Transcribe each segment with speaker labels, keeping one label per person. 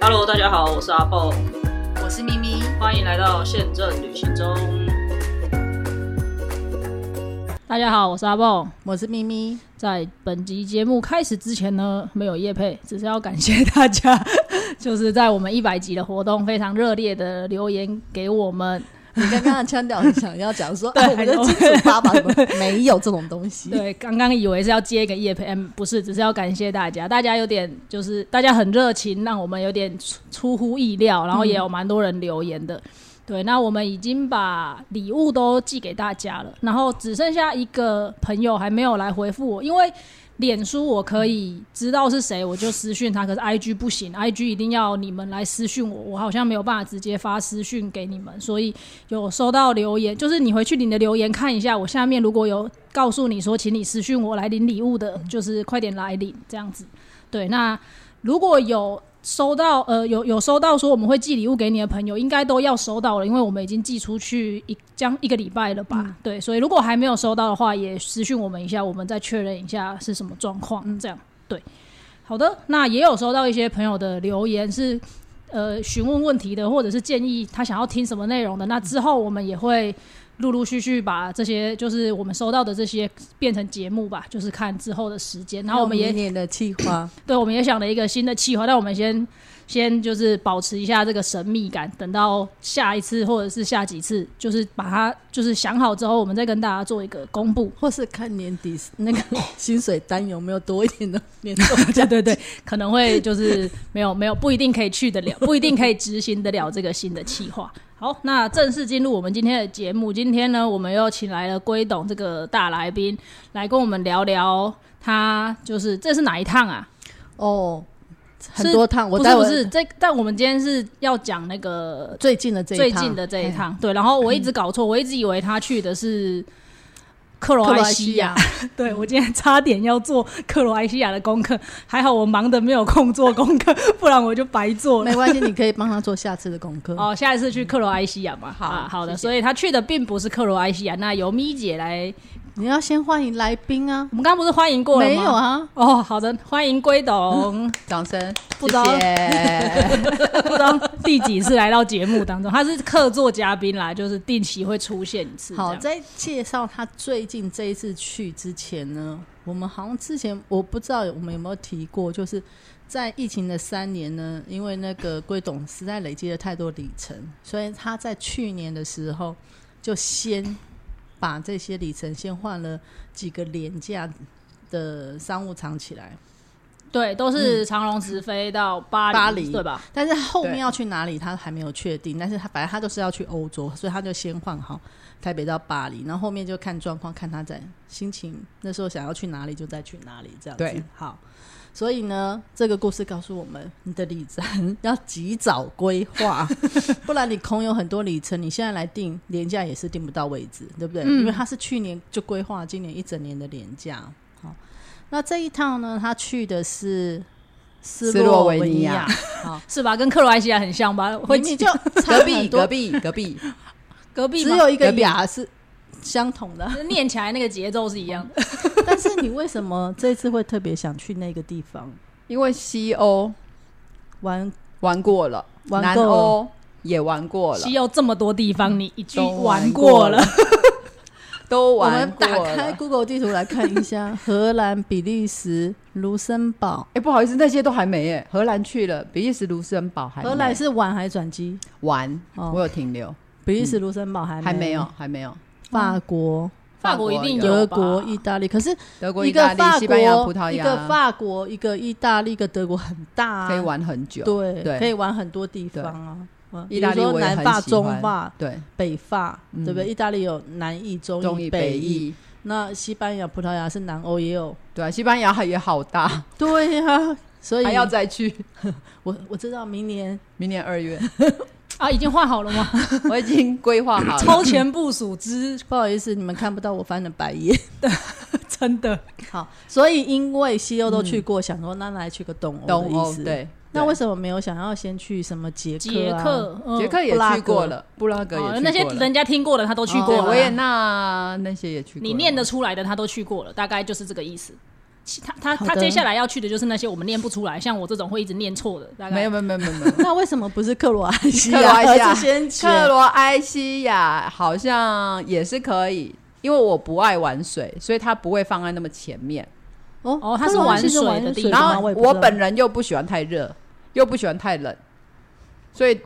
Speaker 1: Hello，大家好，我是阿豹，
Speaker 2: 我是咪咪。
Speaker 1: 欢迎来到宪政旅行中。大家好，我是阿豹。
Speaker 2: 我是咪咪，
Speaker 1: 在本集节目开始之前呢，没有叶配，只是要感谢大家， 就是在我们一百集的活动非常热烈的留言给我们。
Speaker 2: 你刚刚的腔调很想要讲说，
Speaker 1: 对
Speaker 2: 啊，我们的金主爸爸什么没有这种东西，
Speaker 1: 对，刚刚以为是要接一个叶配，嗯，不是，只是要感谢大家，大家有点就是大家很热情，让我们有点出出乎意料，然后也有蛮多人留言的。对，那我们已经把礼物都寄给大家了，然后只剩下一个朋友还没有来回复我，因为脸书我可以知道是谁，我就私讯他，可是 IG 不行，IG 一定要你们来私讯我，我好像没有办法直接发私讯给你们，所以有收到留言，就是你回去你的留言看一下，我下面如果有告诉你说，请你私讯我来领礼物的，就是快点来领这样子。对，那如果有收到呃有有收到说我们会寄礼物给你的朋友，应该都要收到了，因为我们已经寄出去一将一个礼拜了吧？对，所以如果还没有收到的话，也私讯我们一下，我们再确认一下是什么状况。这样对，好的。那也有收到一些朋友的留言是。呃，询问问题的，或者是建议他想要听什么内容的，那之后我们也会陆陆续续把这些，就是我们收到的这些变成节目吧，就是看之后的时间，然后我们也
Speaker 2: 明年的计划，
Speaker 1: 对，我们也想了一个新的计划，但我们先先就是保持一下这个神秘感，等到下一次或者是下几次，就是把它就是想好之后，我们再跟大家做一个公布。
Speaker 2: 或是看年底那个薪水单有没有多一点的 年终奖。
Speaker 1: 对对，可能会就是没有没有不一定可以去得了，不一定可以执行得了这个新的计划。好，那正式进入我们今天的节目。今天呢，我们又请来了龟董这个大来宾来跟我们聊聊他就是这是哪一趟啊？
Speaker 2: 哦，很多趟，我
Speaker 1: 不是
Speaker 2: 待
Speaker 1: 不
Speaker 2: 会
Speaker 1: 是这，但我们今天是要讲那个
Speaker 2: 最近的这
Speaker 1: 最
Speaker 2: 一趟嗯
Speaker 1: 近的这一趟，对。然后我一直搞错，我一直以为他去的是克罗埃西
Speaker 2: 啊
Speaker 1: 亚， 对我今天差点要做克罗埃西亚的功课，还好我忙的没有空做功课，不然我就白做
Speaker 2: 嘿
Speaker 1: 了
Speaker 2: 没。关系，你可以帮他做下次的功课。
Speaker 1: 哦，下一次去克罗埃西亚嘛，
Speaker 2: 好
Speaker 1: 啊好的，
Speaker 2: 谢谢
Speaker 1: 所以他去的并不是克罗埃西亚，那由咪姐来，
Speaker 2: 你要先欢迎来宾啊，
Speaker 1: 我们刚刚不是欢迎过了吗？
Speaker 2: 没有啊，
Speaker 1: 哦，好的，欢迎龟 董。
Speaker 2: 掌声，
Speaker 1: 不知
Speaker 2: 谢
Speaker 1: 道
Speaker 2: 谢。
Speaker 1: 不知道第几次来到节目当中，他是客座嘉宾啦，就是定期会出现一次这样。
Speaker 2: 好，在介绍他最近这一次去之前呢，我们好像之前我不知道我们有没有提过，就是在疫情的三年呢，因为那个龟董实在累积了太多里程，所以他在去年的时候就先把这些里程先换了几个廉价的商务舱起来，
Speaker 1: 对，都是长龙直飞到巴黎，
Speaker 2: 嗯巴黎
Speaker 1: 对吧？
Speaker 2: 但是后面
Speaker 1: 对
Speaker 2: 要去哪里他还没有确定，但是他反正他都是要去欧洲，所以他就先换好台北到巴黎，然后后面就看状况，看他在心情那时候想要去哪里就再去哪里这样子。
Speaker 3: 对，
Speaker 2: 好。所以呢，这个故事告诉我们，你的里程要及早规 划，不然你空有很多里程，你现在来定廉价也是定不到位置，对不对？
Speaker 3: 嗯
Speaker 2: 因为他是去年就规划今年一整年的廉价。好，那这一趟呢，他去的是斯
Speaker 3: 斯洛
Speaker 2: 洛
Speaker 3: 维
Speaker 2: 维
Speaker 3: 尼
Speaker 2: 尼
Speaker 3: 亚
Speaker 2: 亚，好，
Speaker 1: 是吧？跟克罗埃西亚很像吧？会
Speaker 2: 明明就差
Speaker 3: 隔
Speaker 2: 很
Speaker 3: 壁
Speaker 2: 多
Speaker 3: 隔，壁隔壁，
Speaker 1: 隔壁
Speaker 2: 只
Speaker 1: 吗。
Speaker 2: 有一个
Speaker 3: 隔壁
Speaker 2: 雅是相同的
Speaker 1: 就是念起来那个节奏是一样 的。
Speaker 2: 但是你为什么这次会特别想去那个地方
Speaker 3: 因为西欧
Speaker 2: 玩？
Speaker 3: 玩过了，
Speaker 2: 玩
Speaker 3: 南
Speaker 2: 够了
Speaker 3: 欧也玩过了，
Speaker 1: 西欧这么多地方，你一句
Speaker 3: 都
Speaker 1: 玩
Speaker 3: 过
Speaker 1: 了，，
Speaker 3: 都
Speaker 2: 我
Speaker 3: 玩
Speaker 2: 们
Speaker 3: 过
Speaker 2: 打
Speaker 3: 了。
Speaker 2: 开
Speaker 3: 哎、
Speaker 2: Google 地图来看一 下，荷兰、比利时、卢森堡。
Speaker 3: 哎不好意思，那些都还没哎。荷兰去了，比利时卢森堡还没
Speaker 2: 荷兰是晚还转机？
Speaker 3: 玩，
Speaker 2: 哦
Speaker 3: 我有停留，
Speaker 2: 比利时、卢森堡还没
Speaker 3: 还没有，。还没有。
Speaker 2: 法国、
Speaker 1: 法国一定有
Speaker 2: 德
Speaker 1: 吧
Speaker 2: 国、意大利，可是
Speaker 3: 德国、
Speaker 2: 一
Speaker 3: 意
Speaker 2: 个
Speaker 3: 大
Speaker 2: 法
Speaker 3: 利、
Speaker 2: 国、
Speaker 3: 西班牙、葡萄牙，
Speaker 2: 一个法国、一个意大利、一个德国很大、啊，
Speaker 3: 可以玩很久。
Speaker 2: 对，
Speaker 3: 对
Speaker 2: 可以玩很多地方啊。嗯
Speaker 3: 意大利
Speaker 2: 比如
Speaker 3: 我
Speaker 2: 说
Speaker 3: 也
Speaker 2: 南
Speaker 3: 很
Speaker 2: 法、
Speaker 3: 喜欢
Speaker 2: 中法、
Speaker 3: 对，
Speaker 2: 北法，
Speaker 3: 嗯
Speaker 2: 对不对？意大利有南意、中
Speaker 3: 中
Speaker 2: 意、
Speaker 3: 意、
Speaker 2: 北
Speaker 3: 北
Speaker 2: 意。
Speaker 3: 意，
Speaker 2: 那西班牙、葡萄牙是南欧也有。
Speaker 3: 对啊，西班牙也好大，
Speaker 2: 对呀、所以
Speaker 3: 啊还要再去。
Speaker 2: 我我知道明年
Speaker 3: 明年二 月，
Speaker 1: 啊，已经换好了吗？
Speaker 3: 我已经规划好了。
Speaker 1: 超前部署之
Speaker 2: 不好意思，你们看不到我翻的白 眼。
Speaker 1: 真的
Speaker 2: 好，所以因为西欧都去过，想说那来去个东欧的
Speaker 3: 嗯东
Speaker 2: 意
Speaker 3: 欧
Speaker 2: 思。，
Speaker 3: 对，
Speaker 2: 那为
Speaker 3: 我
Speaker 2: 什么没有想要先去什么捷
Speaker 1: 捷
Speaker 2: 克、啊？
Speaker 1: 克，嗯
Speaker 3: 捷克也
Speaker 2: 布拉
Speaker 3: 去过
Speaker 2: 格
Speaker 3: 了，布拉格也去
Speaker 1: 哦
Speaker 3: 过
Speaker 1: 那些
Speaker 3: 了
Speaker 1: 人家听过的他都去
Speaker 2: 哦
Speaker 1: 过
Speaker 3: 对
Speaker 1: 了，
Speaker 3: 维也纳那些也去过了。
Speaker 1: 你念得出来的他都去过了，大概就是这个意思。其他他
Speaker 2: 好
Speaker 1: 他
Speaker 2: 的
Speaker 1: 接下来要去的就是那些我们念不出来，像我这种会一直念错的，大概
Speaker 3: 没有没有没有没 有没有。
Speaker 2: 那为什么不是克罗埃西
Speaker 3: 克罗
Speaker 2: 亚，
Speaker 3: 埃西亚
Speaker 2: 而是先前
Speaker 3: 克罗埃西亚好像也是可以，因为我不爱玩水，所以它不会放在那么前面。
Speaker 2: 哦
Speaker 1: 哦它是
Speaker 2: 克罗埃
Speaker 1: 玩
Speaker 2: 西是
Speaker 1: 水的
Speaker 2: 玩
Speaker 1: 地
Speaker 2: 水
Speaker 1: 方
Speaker 2: 的吗
Speaker 3: 然后
Speaker 2: 我也不知
Speaker 3: 我
Speaker 2: 道
Speaker 3: 本人又不喜欢太热，又不喜欢太冷，所以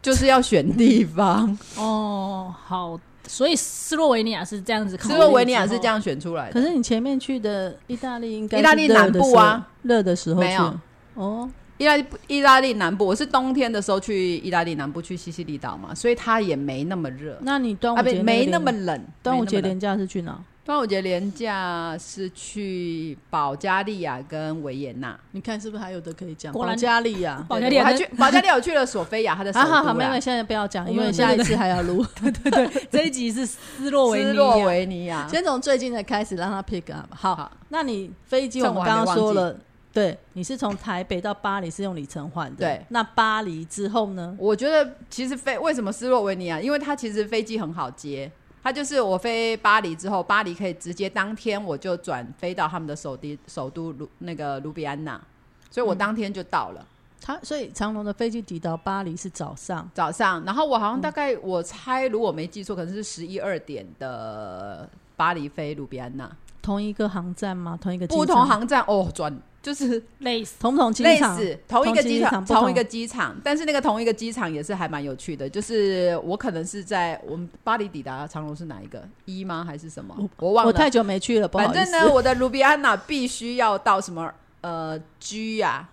Speaker 3: 就是要选 地方。
Speaker 1: 哦好，所以斯洛维尼亚是这样子考虑之
Speaker 3: 斯
Speaker 1: 后，
Speaker 3: 洛维尼亚是这样选出来
Speaker 2: 可
Speaker 3: 的，
Speaker 2: 是你前面去的意大利应该
Speaker 3: 意大利南部啊
Speaker 2: 是热的时候，热的
Speaker 3: 没
Speaker 2: 时候
Speaker 3: 有
Speaker 2: 去哦，
Speaker 3: 意大利意大利南部，我是冬天的时候去意大利南部去西西里岛嘛，所以它也没那么热，
Speaker 2: 那你端午
Speaker 3: 啊不
Speaker 2: 节
Speaker 3: 没那
Speaker 2: 个
Speaker 3: 么
Speaker 2: 连
Speaker 3: 冷。
Speaker 2: 端午
Speaker 3: 没那么
Speaker 2: 节
Speaker 3: 冷
Speaker 2: 连假是去哪？
Speaker 3: 端午节连假是去保加利亚跟维也纳。
Speaker 2: 你看是不是还有的可以讲？
Speaker 1: 果
Speaker 2: 保
Speaker 1: 然
Speaker 2: 加利亚。
Speaker 1: 保加利亚
Speaker 3: 我还
Speaker 1: 跟
Speaker 3: 去保加利亚，我去了索菲亚，它的首
Speaker 2: 啊，
Speaker 3: 都啦。
Speaker 2: 好好，没有，现在不要讲，
Speaker 1: 我
Speaker 2: 因
Speaker 1: 们
Speaker 2: 为下一次还要录。
Speaker 1: 这一集是斯洛维
Speaker 3: 斯
Speaker 1: 尼
Speaker 3: 洛
Speaker 1: 亚，
Speaker 3: 维尼亚。
Speaker 2: 先从最近的开始，让他 pick up。好
Speaker 3: 好，
Speaker 2: 那你飞机
Speaker 3: 趁
Speaker 2: 我们
Speaker 3: 我还
Speaker 2: 刚
Speaker 3: 没
Speaker 2: 刚
Speaker 3: 忘
Speaker 2: 说
Speaker 3: 记
Speaker 2: 了，对，你是从台北到巴黎是用里程换的。
Speaker 3: 对，
Speaker 2: 那巴黎之后呢？
Speaker 3: 我觉得其实飞为什么斯洛维尼亚？因为它其实飞机很好接，它就是我飞巴黎之后，巴黎可以直接当天我就转飞到他们的首地首都卢那个卢比安娜，所以我当天就到了、
Speaker 2: 他所以长龙的飞机抵达巴黎是早上，
Speaker 3: 早上。然后我
Speaker 2: 嗯
Speaker 3: 好像大概、我猜，如果没记错，可能是十一二点的巴黎飞卢比安娜，
Speaker 2: 同一个航站吗？同一个机
Speaker 3: 不同
Speaker 2: 场，
Speaker 3: 航站哦，转就是
Speaker 1: 类似
Speaker 2: 同不同机
Speaker 3: 类
Speaker 2: 场？
Speaker 3: 似同一个机
Speaker 2: 同
Speaker 3: 场，
Speaker 2: 机场
Speaker 3: 同一个机场，但是那个同一个机场也是还蛮有趣的。就是我可能是在我们巴黎抵达长隆是哪一个一吗？还是什么？我忘
Speaker 2: 我太
Speaker 3: 了。
Speaker 2: 久没去了，不好
Speaker 3: 反
Speaker 2: 意
Speaker 3: 正
Speaker 2: 思。
Speaker 3: 呢，我的卢比安娜必须要到什么呃 G 呀、啊，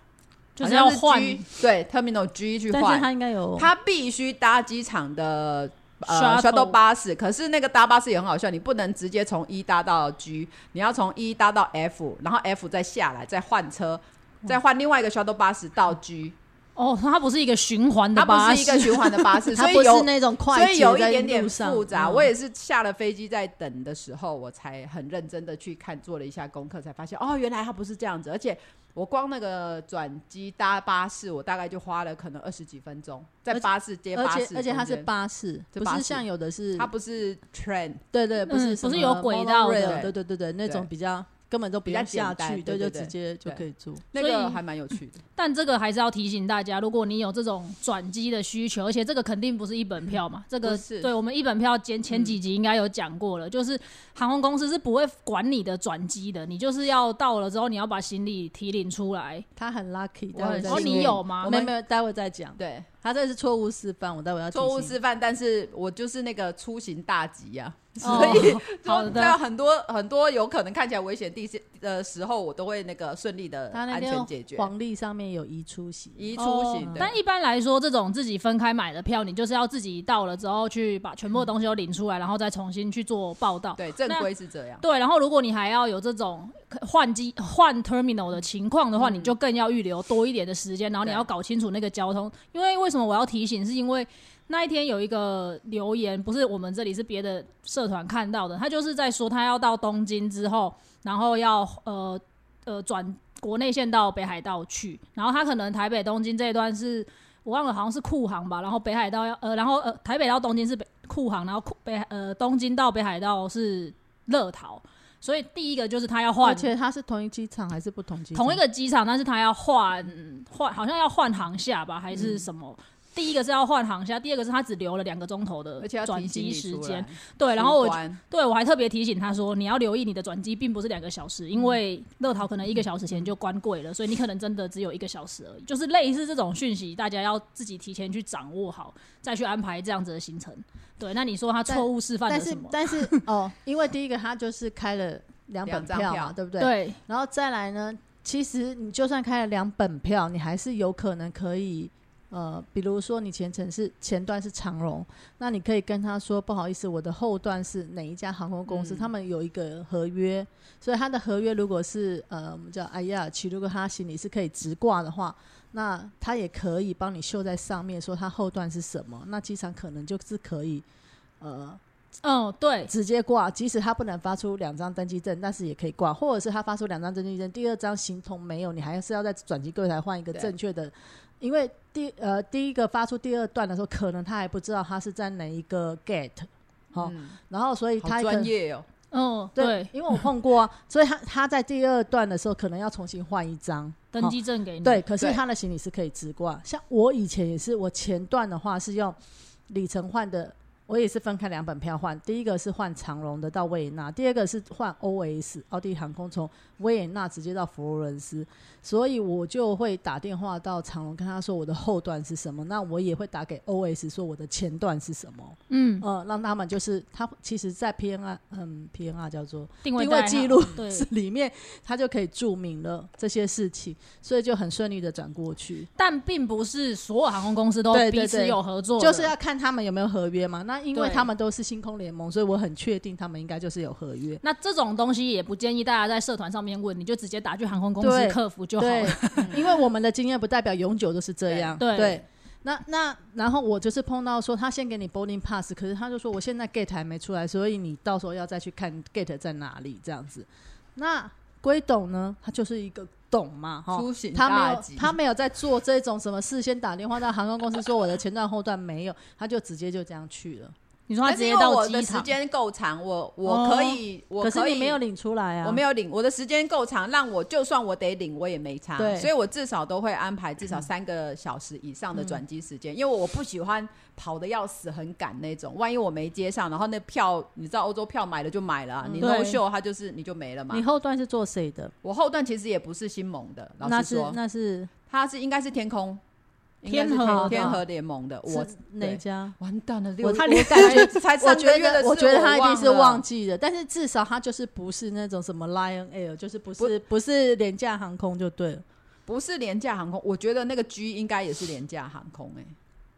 Speaker 1: 就
Speaker 3: 好
Speaker 1: 是
Speaker 3: 像
Speaker 1: 要
Speaker 3: 是
Speaker 1: 换
Speaker 3: G, 对 terminal G 去
Speaker 2: 但是
Speaker 3: 换，
Speaker 2: 他应该有
Speaker 3: 他必须搭机场的。呃
Speaker 1: Shuttle
Speaker 3: ，shuttle 巴士，可是那个搭巴士也很好笑，你不能直接从一搭到 G，你要从一搭到 F，然后 F 再下来，再换
Speaker 2: 哦
Speaker 3: 车，再换另外一个 shuttle 巴士到 G，
Speaker 1: 哦，它不是一个循环的
Speaker 3: 它
Speaker 1: 巴
Speaker 3: 不
Speaker 1: 士，
Speaker 3: 是一个循环的巴士，
Speaker 2: 它
Speaker 3: 所以
Speaker 2: 不是
Speaker 3: 有
Speaker 2: 那种快
Speaker 3: 所
Speaker 2: 捷，
Speaker 3: 以有一点点复杂。我
Speaker 2: 也
Speaker 3: 也是下了飞机在等的时候，我才很认真的去看做了一下功课，才发现哦，原来它不是这样子。而且我光那个转机搭巴士，我大概就花了可能二十几分钟在
Speaker 2: 而且
Speaker 3: 巴士接
Speaker 2: 而
Speaker 3: 巴
Speaker 2: 且
Speaker 3: 士，
Speaker 2: 而且它是，巴士，
Speaker 3: 这
Speaker 2: 不
Speaker 3: 巴
Speaker 2: 是
Speaker 3: 士
Speaker 2: 像有的是
Speaker 3: 它不是 train，
Speaker 2: 对对，不是
Speaker 1: 嗯
Speaker 2: 什么
Speaker 1: 不是有轨道的
Speaker 2: monorail，对对对对，那种比较根本都不用
Speaker 3: 比较简
Speaker 2: 下
Speaker 3: 单
Speaker 2: 去，
Speaker 3: 对
Speaker 2: 就
Speaker 3: 对
Speaker 2: 直
Speaker 3: 对
Speaker 2: 接就可以 坐。
Speaker 3: 那
Speaker 1: 所以
Speaker 3: 个还蛮有趣的。
Speaker 1: 但这个还是要提醒大家，如果你有这种转机的需求，而且这个肯定不是一本票嘛，这个
Speaker 3: 不是
Speaker 1: 对我们一本票前前几集应该有讲过了，就是航空公司是不会管你的转机的，你就是要到了之后，你要把行李提领出来。
Speaker 2: 他很 lucky，
Speaker 3: 我
Speaker 2: 待会
Speaker 3: 很
Speaker 2: 再
Speaker 1: 哦，
Speaker 3: 幸运
Speaker 1: 你
Speaker 2: 说
Speaker 1: 有吗
Speaker 3: 我？
Speaker 2: 没
Speaker 3: 们
Speaker 2: 有没有，待会再讲。
Speaker 3: 对，
Speaker 1: 嗯
Speaker 2: 他这是错误示范，我待会要提
Speaker 3: 错误
Speaker 2: 醒
Speaker 3: 示范，但是我就是那个出行大吉呀、
Speaker 1: 哦
Speaker 3: 所以、
Speaker 1: 好
Speaker 3: 就
Speaker 1: 的
Speaker 3: 在很多很多有可能看起来危险地线的时候，我都会那个顺利的
Speaker 2: 他那
Speaker 3: 安全解
Speaker 2: 天
Speaker 3: 决。
Speaker 2: 黄历上面有移出席，
Speaker 3: 移出行，
Speaker 1: 哦
Speaker 3: 对
Speaker 1: 但一般来说，这种自己分开买的票，你就是要自己到了之后去把全部的东西都领出来，然后再重新去做报到。
Speaker 3: 对正规是这样。
Speaker 1: 对，然后如果你还要有这种可换机换 terminal 的情况的话，你就更要预留多一点的时间，然后你
Speaker 3: 对
Speaker 1: 要搞清楚那个交通。因为为什么我要提醒，是因为那一天有一个留言，不是我们这里是别的社团看到的，他就是在说他要到东京之后，然后要呃呃转国内线到北海道去，然后他可能台北东京这一段是。我忘了，好像是库航吧，然后北海道要呃，然后呃，台北到东京是北库航，然后库北呃东京到北海道是乐桃，所以第一个就是他要
Speaker 2: 而
Speaker 3: 嗯
Speaker 1: 换
Speaker 2: 且他是同一机场还是不同机场？
Speaker 1: 同一个机场，但是他要换换，好像要换航下吧，还是什
Speaker 3: 嗯
Speaker 1: 么？第一个是要换航下，第二个是他只留了两个钟头的
Speaker 3: 而且要
Speaker 1: 转
Speaker 3: 提醒
Speaker 1: 机
Speaker 3: 你
Speaker 1: 时
Speaker 3: 出来嗯
Speaker 1: 间。对，然后我就
Speaker 3: 出关
Speaker 1: 对我还特别提醒他说，你要留意你的转机并不是两个小时，因为乐桃可能一个小时前就关柜了，所以你可能真的只有一个小时而已。就是类似这种讯息，大家要自己提前去掌握好，再去安排这样子的行程。对，那你说他错误示范
Speaker 2: 但
Speaker 1: 了什
Speaker 2: 是
Speaker 1: 么？
Speaker 2: 但是哦，因为第一个他就是开了两本
Speaker 3: 两张
Speaker 2: 票嘛，
Speaker 3: 票
Speaker 2: 对不对？
Speaker 1: 对，
Speaker 2: 然后再来呢，其实你就算开了两本票，你还是有可能可以，呃，比如说你前程是前段是长荣，那你可以跟他说不好意思，我的后段是哪一家航空公司，
Speaker 3: 嗯
Speaker 2: 他们有一个合约，所以他的合约如果是呃我们叫哎呀奇，如果他行李是可以直挂的话。那他也可以帮你绣在上面，说他后段是什么。那机场可能就是可以，呃，
Speaker 1: 嗯，对，
Speaker 2: 直接挂，即使他不能发出两张登记证，但是也可以挂，或者是他发出两张登记证，第二张形同没有，你还是要在转机柜台换一个
Speaker 3: 对
Speaker 2: 正确的，因为第呃第一个发出第二段的时候，
Speaker 1: 哦
Speaker 2: 可能他还不知道他是在哪一个 gate，好、
Speaker 3: 嗯
Speaker 2: 然后所以
Speaker 3: 好
Speaker 2: 他可
Speaker 3: 专
Speaker 2: 能
Speaker 3: 业哦，
Speaker 1: 嗯，
Speaker 2: 对
Speaker 1: 对，，
Speaker 2: 因为我碰过、啊，所以他他在第二段的时候可能要重新换一张
Speaker 1: 登、机证给
Speaker 2: 哦
Speaker 1: 你。
Speaker 2: 对，，可是
Speaker 3: 对
Speaker 2: 他的行李是可以直挂。像我以前也是，我前段的话是用里程换的，我也是分开两本票换。第一个是换长荣的到维也纳，第二个是换 OS 奥地利航空从维也纳直接到佛罗伦斯，所以我就会打电话到长荣跟他说我的后段是什么，那我也会打给 OS 说我的前段是什么，
Speaker 1: 嗯，
Speaker 2: 呃，让他们就是他其实，在 PNR 嗯 PNR 叫做。
Speaker 1: 定位
Speaker 2: 定
Speaker 1: 代
Speaker 2: 位
Speaker 1: 号
Speaker 2: 记录
Speaker 1: 对，
Speaker 2: 是 里面，它就可以注明了这些事情，所以就很顺利的转过去。
Speaker 1: 但并不是所有航空公司都
Speaker 2: 对对
Speaker 1: 彼此
Speaker 2: 对
Speaker 1: 有合作的，
Speaker 2: 就是要看他们有没有合约嘛。那因为
Speaker 1: 对
Speaker 2: 他们都是星空联盟，所以我很确定他们应该就是有合约。
Speaker 1: 那这种东西也不建议大家在社团上面问，你就直接打去航空公司
Speaker 2: 对
Speaker 1: 客服就好
Speaker 2: 对
Speaker 1: 了。，
Speaker 2: 因为我们的经验不代表永久都是这样。
Speaker 1: 对对
Speaker 2: 那那然后我就是碰到说他先给你 boarding pass，可是他就说我现在 gate 还没出来，所以你到时候要再去看 gate 在哪里这样子。那龟董呢，他就是一个懂嘛哈，
Speaker 3: 出行
Speaker 2: 他没
Speaker 3: 大
Speaker 2: 有
Speaker 3: 吉，
Speaker 2: 他没有在做这种什么事先打电话到航空公司说我的前段后段没有，他就直接就这样去了。
Speaker 1: 你说他
Speaker 3: 但
Speaker 1: 直接
Speaker 3: 是因为
Speaker 1: 到
Speaker 3: 我
Speaker 1: 机
Speaker 3: 的时
Speaker 1: 场，哦
Speaker 3: 间够长，我我可以，我
Speaker 2: 可是
Speaker 3: 以
Speaker 2: 你没有领出来啊，
Speaker 3: 我没有领，我的时间够长，让我就算我得领，我也没差
Speaker 2: 对，嗯
Speaker 3: 所以我至少都会安排至少三个小时以上的转机时间，因为我不喜欢跑的要死、很赶那种。万一我没接上，然后那票你知道欧洲票买了就买了啊、
Speaker 2: 嗯
Speaker 3: 你
Speaker 2: 对
Speaker 3: no show 它就是你就没了嘛
Speaker 2: 你。后段是做谁的？
Speaker 3: 我后段其实也不是新盟的，老
Speaker 2: 那
Speaker 3: 实
Speaker 2: 是
Speaker 3: 说，
Speaker 2: 那是
Speaker 3: 它是应该是天空，应该是
Speaker 1: 天河
Speaker 3: 天河联盟的，我
Speaker 2: 是哪一
Speaker 3: 对
Speaker 2: 家？
Speaker 3: 完蛋了，
Speaker 2: 我
Speaker 3: 六
Speaker 2: 他
Speaker 3: 我感觉才
Speaker 2: 我
Speaker 3: 上
Speaker 2: 觉
Speaker 3: 个月
Speaker 2: 得
Speaker 3: 的，事，
Speaker 2: 我觉得他一定是
Speaker 3: 忘
Speaker 2: 忘
Speaker 3: 了。
Speaker 2: 记了，但是至少他就是不是那种什么 Lion Air，就是不是不是廉价航空就对了。
Speaker 3: 不是廉价航空，我觉得那个 G 应该也是廉价航空、欸，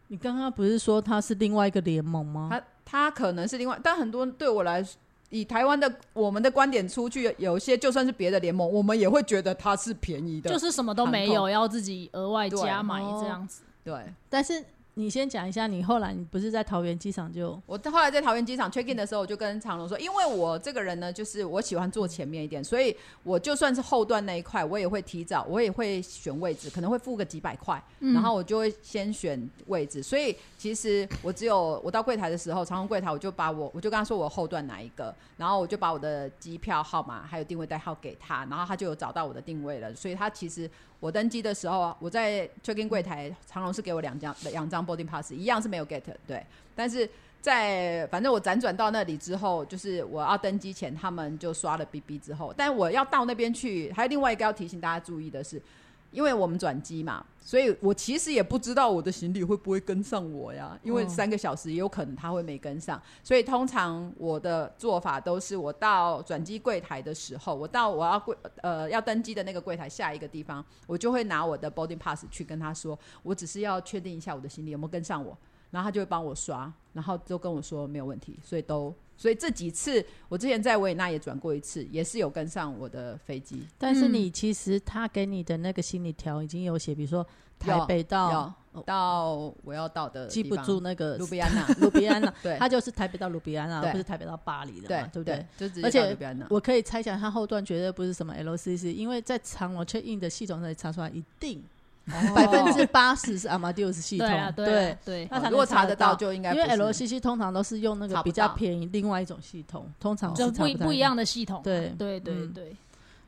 Speaker 2: 你刚刚不是说他是另外一个联盟
Speaker 1: 哦
Speaker 2: 吗？
Speaker 3: 他他可能是另外，但很多对我来说，以台湾的我们的观点出去，有些就算是别的联盟，我们也会觉得它是便宜的，
Speaker 1: 就是什么都没有，要自己额外加买
Speaker 2: 对哦
Speaker 1: 这样子。
Speaker 3: 对。
Speaker 2: 但是你先讲一下，你后来你不是在桃园机场就
Speaker 3: 我后来在桃园机场 check in 的时候，我就跟长龙说，因为我这个人呢，就是我喜欢坐前面一点，所以我就算是后段那一块，我也会提早，我也会选位置，可能会付个几百块，然后我就会先选位置。所以其实我只有我到柜台的时候，长龙柜台我就把我我就跟他说我后段哪一个，然后我就把我的机票号码还有定位代号给他，然后他就有找到我的定位了。所以他其实我登机的时候，啊我在 check in 柜台，长龙是给我两张两张 boarding pass，一样是没有 get 对，但是。在反正我辗转到那里之后，就是我要登机前，他们就刷了 BB 之后，但我要到那边去，还有另外一个要提醒大家注意的是，因为我们转机嘛，所以我其实也不知道我的行李会不会跟上我呀，因为
Speaker 2: 哦
Speaker 3: 三个小时也有可能他会没跟上，所以通常我的做法都是我到转机柜台的时候，我到我要柜呃要登机的那个柜台下一个地方，我就会拿我的 boarding pass 去跟他说，我只是要确定一下我的行李有没有跟上我，然后他就会帮我刷，然后都跟我说没有问题，所以都所以这几次我之前在维也纳也转过一次，也是有跟上我的飞机，
Speaker 2: 但是
Speaker 1: 嗯
Speaker 2: 你其实他给你的那个心理条已经有写，比如说台
Speaker 3: 有
Speaker 2: 北到
Speaker 3: 有到我要到的
Speaker 2: 哦记
Speaker 3: 地
Speaker 2: 不
Speaker 3: 方
Speaker 2: 住那个，
Speaker 3: 卢比安娜
Speaker 2: 卢比安了，
Speaker 3: 对
Speaker 2: 他就是台北到卢比安了，而
Speaker 3: 对
Speaker 2: 不是台北到巴黎的
Speaker 3: 对
Speaker 2: 啊嘛，对不对
Speaker 3: 对？，就直
Speaker 2: 而
Speaker 3: 接
Speaker 2: 且
Speaker 3: 到卢比安
Speaker 1: 啊
Speaker 3: 娜。
Speaker 2: 我可以猜想，他后段绝对不是什么 LCC，因为在长荣 check in 的系统那里查出来，一定
Speaker 3: 哦
Speaker 2: 百分之八十是 Amadeus 系统
Speaker 1: 对啊，，对啊对，
Speaker 2: 那才能
Speaker 3: 如果查
Speaker 2: 得
Speaker 3: 得到，就应该
Speaker 2: 因为
Speaker 3: 不是
Speaker 2: LCC 通常都是用那个
Speaker 3: 查不
Speaker 2: 比较
Speaker 3: 到
Speaker 2: 便宜另外一种系统，通常
Speaker 1: 就是不一
Speaker 2: 查到
Speaker 1: 不一，样的系统。
Speaker 2: 对
Speaker 1: 对对
Speaker 2: 嗯
Speaker 1: 对，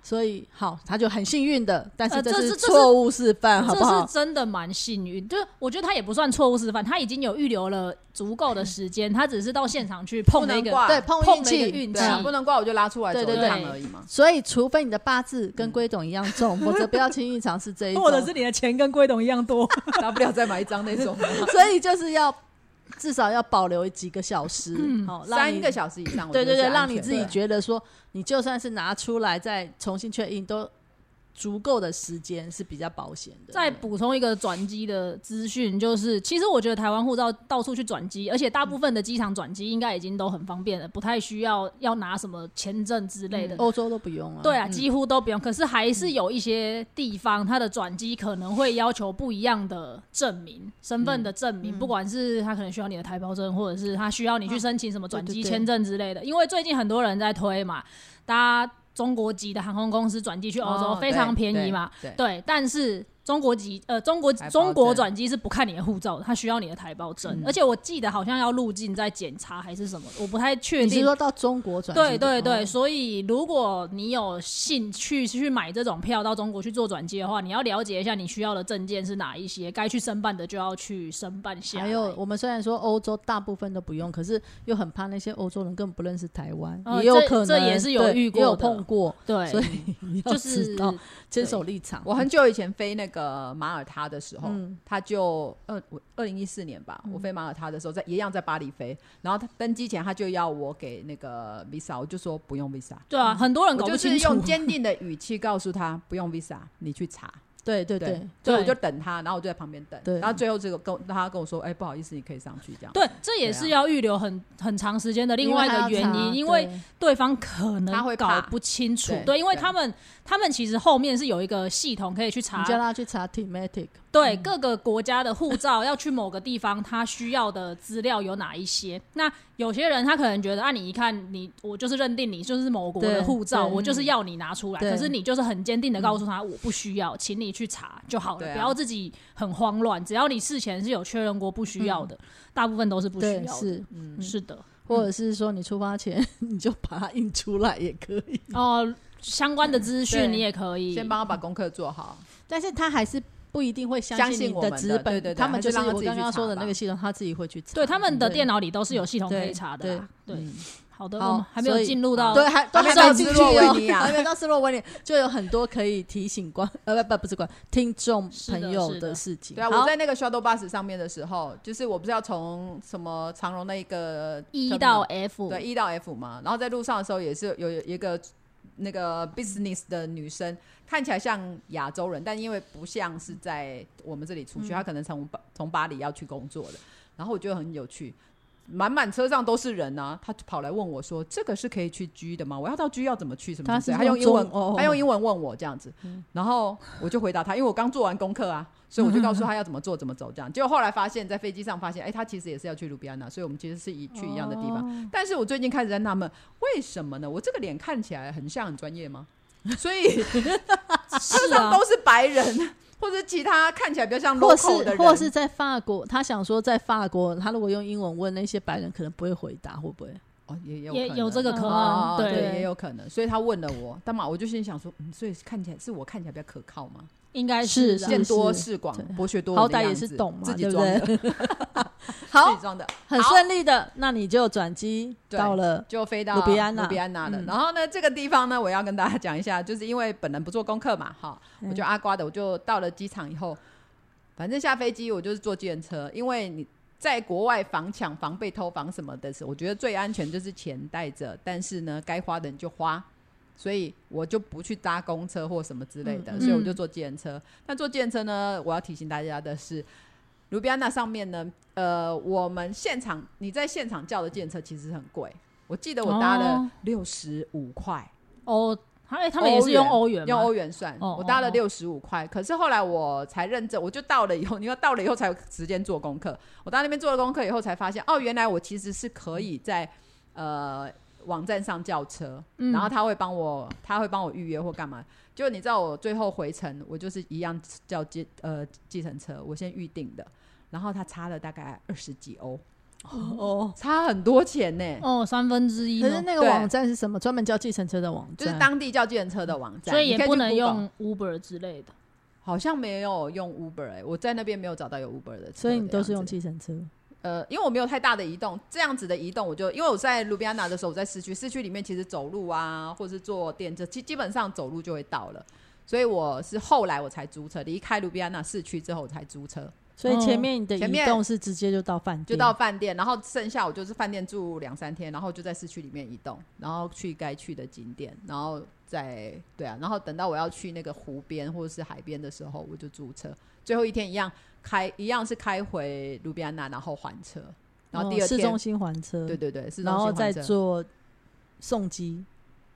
Speaker 2: 所以好，他就很幸运的，但是
Speaker 1: 呃这
Speaker 2: 是
Speaker 1: 是这是
Speaker 2: 错误示范，好
Speaker 1: 这
Speaker 2: 不
Speaker 1: 是
Speaker 2: 好？
Speaker 1: 真的蛮幸运。就是我觉得他也不算错误示范，他已经有预留了足够的时
Speaker 2: 嗯
Speaker 1: 间，他只是到现场去碰
Speaker 3: 不
Speaker 1: 了一
Speaker 3: 能
Speaker 1: 个
Speaker 3: 挂，
Speaker 2: 对，碰
Speaker 1: 碰
Speaker 2: 运
Speaker 1: 了一个
Speaker 2: 气，
Speaker 1: 运
Speaker 3: 对
Speaker 1: 气
Speaker 2: 对
Speaker 3: 啊，不能挂我就拉出来
Speaker 2: 对
Speaker 3: 走一
Speaker 2: 对
Speaker 1: 对
Speaker 3: 趟而已嘛。
Speaker 2: 所以除非你的八字
Speaker 3: 嗯
Speaker 2: 跟龟董一样重，否则不要轻易尝试 这一种。
Speaker 1: 你的钱跟龟董一样 多，
Speaker 3: 大不了再买一张那种，
Speaker 2: 所以就是要至少要保留几个小时，
Speaker 1: 嗯
Speaker 2: 好、让
Speaker 3: 三
Speaker 2: 你
Speaker 3: 个小时以上，我
Speaker 2: 对
Speaker 3: 觉
Speaker 2: 对
Speaker 3: 得是
Speaker 2: 对，
Speaker 3: 安
Speaker 2: 让你
Speaker 3: 全
Speaker 2: 自己
Speaker 3: 的
Speaker 2: 觉得说，你就算是拿出来再重新确认，都足够的时间是比较保险的。
Speaker 1: 再补充一个转机的资讯，就是其实我觉得台湾护照到处去转机，而且大部分的机场转机应该已经都很方便了，不太需要要拿什么签证之类的。
Speaker 2: 欧洲都不用了。
Speaker 1: 对啊，几乎都不用。可是还是有一些地方，它的转机可能会要求不一样的证明，身份的证明，不管是他可能需要你的台胞证，或者是他需要你去申请什么转机
Speaker 2: 对对对
Speaker 1: 签证之类的。因为最近很多人在推嘛，搭中国籍的航空公司转机去欧洲
Speaker 3: 哦
Speaker 1: 非常便宜嘛，，
Speaker 3: 对对，
Speaker 1: 对，但是中国籍呃中国
Speaker 3: 台胞证
Speaker 1: 中国转机是不看你的护照的，他需要你的台胞证，而且我记得好像要入境再检查还是什么，我不太确
Speaker 2: 你是
Speaker 1: 定。
Speaker 2: 说到中国转机
Speaker 1: 对
Speaker 2: 的？
Speaker 1: 对对，
Speaker 2: 哦
Speaker 1: 所以如果你有兴趣去买这种票到中国去做转机的话，你要了解一下你需要的证件是哪一些，该去申办的就要去申办下来。
Speaker 2: 还有，我们虽然说欧洲大部分都不用，可是又很怕那些欧洲人根本不认识台湾，
Speaker 1: 哦
Speaker 2: 也有可能
Speaker 1: 这这也是有
Speaker 2: 对
Speaker 1: 遇过
Speaker 2: 也有
Speaker 1: 的
Speaker 2: 碰过，
Speaker 1: 对，
Speaker 2: 所以你要
Speaker 1: 就是
Speaker 2: 知道坚守立场。
Speaker 3: 我很久以前飞那个马耳他的时候，
Speaker 2: 嗯
Speaker 3: 他就二二零一四年吧，我飞马耳他的时候，在一样在巴黎飞，然后他登机前他就要我给那个 visa，我就说不用 visa，
Speaker 1: 对啊，很多人
Speaker 3: 我
Speaker 1: 搞
Speaker 3: 就
Speaker 1: 不
Speaker 3: 是
Speaker 1: 清
Speaker 3: 用
Speaker 1: 楚。
Speaker 3: 坚定的语气告诉他不用 visa，你去查。
Speaker 2: 对对对，
Speaker 3: 所以
Speaker 1: 对
Speaker 3: 我就等他，然后我就在旁边等，
Speaker 2: 对
Speaker 3: 然后最后这个跟他跟我说，哎、不好意思，你可以上去这样。
Speaker 1: 对，这也是
Speaker 3: 对
Speaker 1: 要预留很很长时间的另外一个原因，因为对方可
Speaker 3: 他
Speaker 1: 能
Speaker 3: 会怕
Speaker 1: 搞不清楚
Speaker 3: 对，
Speaker 1: 对，因为
Speaker 3: 对
Speaker 1: 他们他们其实后面是有一个系统可以去
Speaker 2: 你
Speaker 1: 查，
Speaker 2: 叫他去查 thematic，
Speaker 1: 对各个国家的护照要去某个地方，他需要的资料有哪一些？那有些人他可能觉得，啊，你一看你，我就是认定你就是某国
Speaker 2: 对
Speaker 1: 的护照，
Speaker 2: 对
Speaker 1: 我就是要你拿出来。
Speaker 2: 对
Speaker 1: 可是你就是很坚定的告诉他，我不需要，请你去查就好
Speaker 3: 对
Speaker 1: 了，
Speaker 3: 啊
Speaker 1: 不要自己很慌乱。只要你事前是有确认过不需要的，大部分都是不需
Speaker 2: 对
Speaker 1: 要的。
Speaker 2: 是，
Speaker 3: 嗯，
Speaker 1: 是的，
Speaker 2: 或者是说你出发 前你就把它印出来也可以，
Speaker 1: 哦，相关的资
Speaker 3: 对
Speaker 1: 讯你也可以
Speaker 3: 先帮我把功课做好。
Speaker 2: 但是他还是不一定会
Speaker 3: 相信
Speaker 2: 信
Speaker 3: 我
Speaker 2: 你
Speaker 3: 们的
Speaker 2: 纸本，
Speaker 3: 对对对
Speaker 2: 他们
Speaker 3: 还是
Speaker 2: 就是
Speaker 3: 让他
Speaker 2: 我
Speaker 3: 自己
Speaker 2: 刚
Speaker 3: 去
Speaker 2: 刚说
Speaker 3: 查
Speaker 2: 的那
Speaker 3: 吧
Speaker 2: 个系统，他自己会去查。
Speaker 1: 对他们的
Speaker 2: 对
Speaker 1: 电脑里都是有系统可
Speaker 2: 对
Speaker 1: 以查的啦。对，
Speaker 3: 嗯
Speaker 1: 好的，
Speaker 2: 好
Speaker 1: 我们还没有
Speaker 2: 所以
Speaker 1: 进入到
Speaker 2: 对，还都
Speaker 3: 还
Speaker 2: 没
Speaker 3: 没
Speaker 2: 有
Speaker 3: 到
Speaker 2: 进去
Speaker 3: 斯洛
Speaker 2: 哦
Speaker 3: 文尼，亚
Speaker 2: 还没到斯洛文尼亚，就有很多可以提醒观呃不不不是观听众
Speaker 1: 是的
Speaker 2: 朋友
Speaker 1: 是的
Speaker 2: 事情。
Speaker 3: 对啊，
Speaker 2: 好
Speaker 3: 我在那个 shuttle bus 上面的时候，就是我不是要从什么长荣那一个
Speaker 1: 一
Speaker 3: terminal-
Speaker 1: 到 F，
Speaker 3: 对一到 F 嘛，然后在路上的时候也是有有一个那个 business 的女生，看起来像亚洲人，但因为不像是在我们这里出去，她可能从巴从巴黎要去工作的，然后我觉得很有趣。满满车上都是人啊，她跑来问我说：“这个是可以去 G 的吗？我要到 G 要怎么去？什么什么
Speaker 2: 她
Speaker 3: 之
Speaker 2: 是
Speaker 3: 类的？”她用
Speaker 2: 用
Speaker 3: 英文，
Speaker 2: 中哦嗯
Speaker 3: 她用英文问我这样子，然后我就回答她，因为我刚做完功课啊，所以我就告 诉她要怎么做、怎么走这样。结果后来发现，在飞机上发现，哎，她其实也是要去卢比安娜，所以我们其实是一去一样的地方。
Speaker 2: 哦
Speaker 3: 但是我最近开始在纳闷，为什么呢？我这个脸看起来很像很专业吗？所 以车
Speaker 1: 是
Speaker 3: 上
Speaker 1: 啊，
Speaker 3: 都是白人，或者其他看起来比较像
Speaker 2: 或
Speaker 3: local 的
Speaker 2: 是
Speaker 3: 人，
Speaker 2: 或是在法国，他想说在法国，他如果用英文问那些白人，可能不会回答，会不会？
Speaker 3: 哦，也有
Speaker 1: 也
Speaker 3: 可能
Speaker 1: 有这个可能
Speaker 3: 哦
Speaker 1: 对
Speaker 3: 对，也有可能。所以他问了我，但嘛，我就心里想说，嗯，所以看起来是我看起来比较可靠吗？
Speaker 1: 应该
Speaker 2: 是
Speaker 1: 啦
Speaker 3: 见多识广
Speaker 2: 对，
Speaker 3: 博学多
Speaker 2: 好
Speaker 3: 闻的
Speaker 2: 歹
Speaker 3: 样
Speaker 2: 也
Speaker 3: 子，
Speaker 2: 是懂嘛，
Speaker 3: 自己
Speaker 2: 对不
Speaker 3: 装 的，
Speaker 2: 对？
Speaker 3: 自
Speaker 2: 好
Speaker 3: 己，装的，
Speaker 2: 很
Speaker 3: 好
Speaker 2: 顺利的，那你就转机
Speaker 3: 对
Speaker 2: 到了。
Speaker 3: 就飞到
Speaker 2: 卢比安那
Speaker 3: 卢比安那的。
Speaker 2: 嗯
Speaker 3: 然后呢，这个地方呢，我要跟大家讲一下，就是因为本人不做功课嘛，哈，
Speaker 2: 嗯
Speaker 3: 我就阿瓜的，我就到了机场以后，反正下飞机我就是坐计程车，因为你。在国外防抢、防被偷、防什么的时候，我觉得最安全就是钱带着，但是呢，该花的你就花，所以我就不去搭公车或什么之类的，
Speaker 2: 嗯
Speaker 3: 所以我就坐计程车。那坐计程车呢，我要提醒大家的是，卢比安那上面呢，呃，我们现场你在现场叫的计程车其实很贵，我记得我搭了
Speaker 1: 哦
Speaker 3: 六十五块，
Speaker 1: 哦，他哎，他们也是用欧元吗，
Speaker 3: 用欧元算，
Speaker 1: 哦
Speaker 3: 我搭了
Speaker 1: 哦哦
Speaker 3: 六十五块。可是后来我才认证，我就到了以后，你要到了以后才有时间做功课。我到那边做了功课以后，才发现哦，原来我其实是可以在呃网站上叫车，
Speaker 1: 嗯
Speaker 3: 然后他会帮我，他会帮我预约或干嘛。就你知道，我最后回程我就是一样叫计呃计程车，我先预定的，然后他差了大概二十几欧，嗯
Speaker 2: 哦，
Speaker 3: 差很多钱呢、
Speaker 1: 哦，三分之一
Speaker 2: 可是
Speaker 1: 呢，
Speaker 2: 那个
Speaker 3: 对
Speaker 2: 网站是什么？专门叫计程车的网站，
Speaker 3: 就是当地叫计程车的网站，
Speaker 1: 所以
Speaker 3: 你可
Speaker 1: 也
Speaker 3: 去
Speaker 1: 不能
Speaker 3: Google
Speaker 1: 用 Uber 之类的。
Speaker 3: 好像没有用 Uber 哎、我在那边没有找到有 Uber 的车，
Speaker 2: 所以你都是用
Speaker 3: 这
Speaker 2: 计
Speaker 3: 样子
Speaker 2: 程车。
Speaker 3: 呃，因为我没有太大的移动，这样子的移动我就因为我在卢比安娜的时候，我在市区，市区里面其实走路啊，或是坐电车，基基本上走路就会到了。所以我是后来我才租车，离开卢比安娜市区之后我才租车，
Speaker 2: 所以前
Speaker 1: 哦
Speaker 2: 面你的
Speaker 3: 前
Speaker 2: 移
Speaker 3: 面
Speaker 2: 动是直接就到饭店，
Speaker 3: 就到饭店，然后剩下我就是饭店住两三天，然后就在市区里面移动，然后去该去的景点，然后再对啊，然后等到我要去那个湖边或者是海边的时候，我就租车。最后一天一样开，一样是开回卢比安娜，然后还车，然后
Speaker 2: 哦
Speaker 3: 第二
Speaker 2: 市
Speaker 3: 天，
Speaker 2: 中心还车，
Speaker 3: 对对对，市中心
Speaker 2: 然后
Speaker 3: 还
Speaker 2: 再
Speaker 3: 车
Speaker 2: 做送机，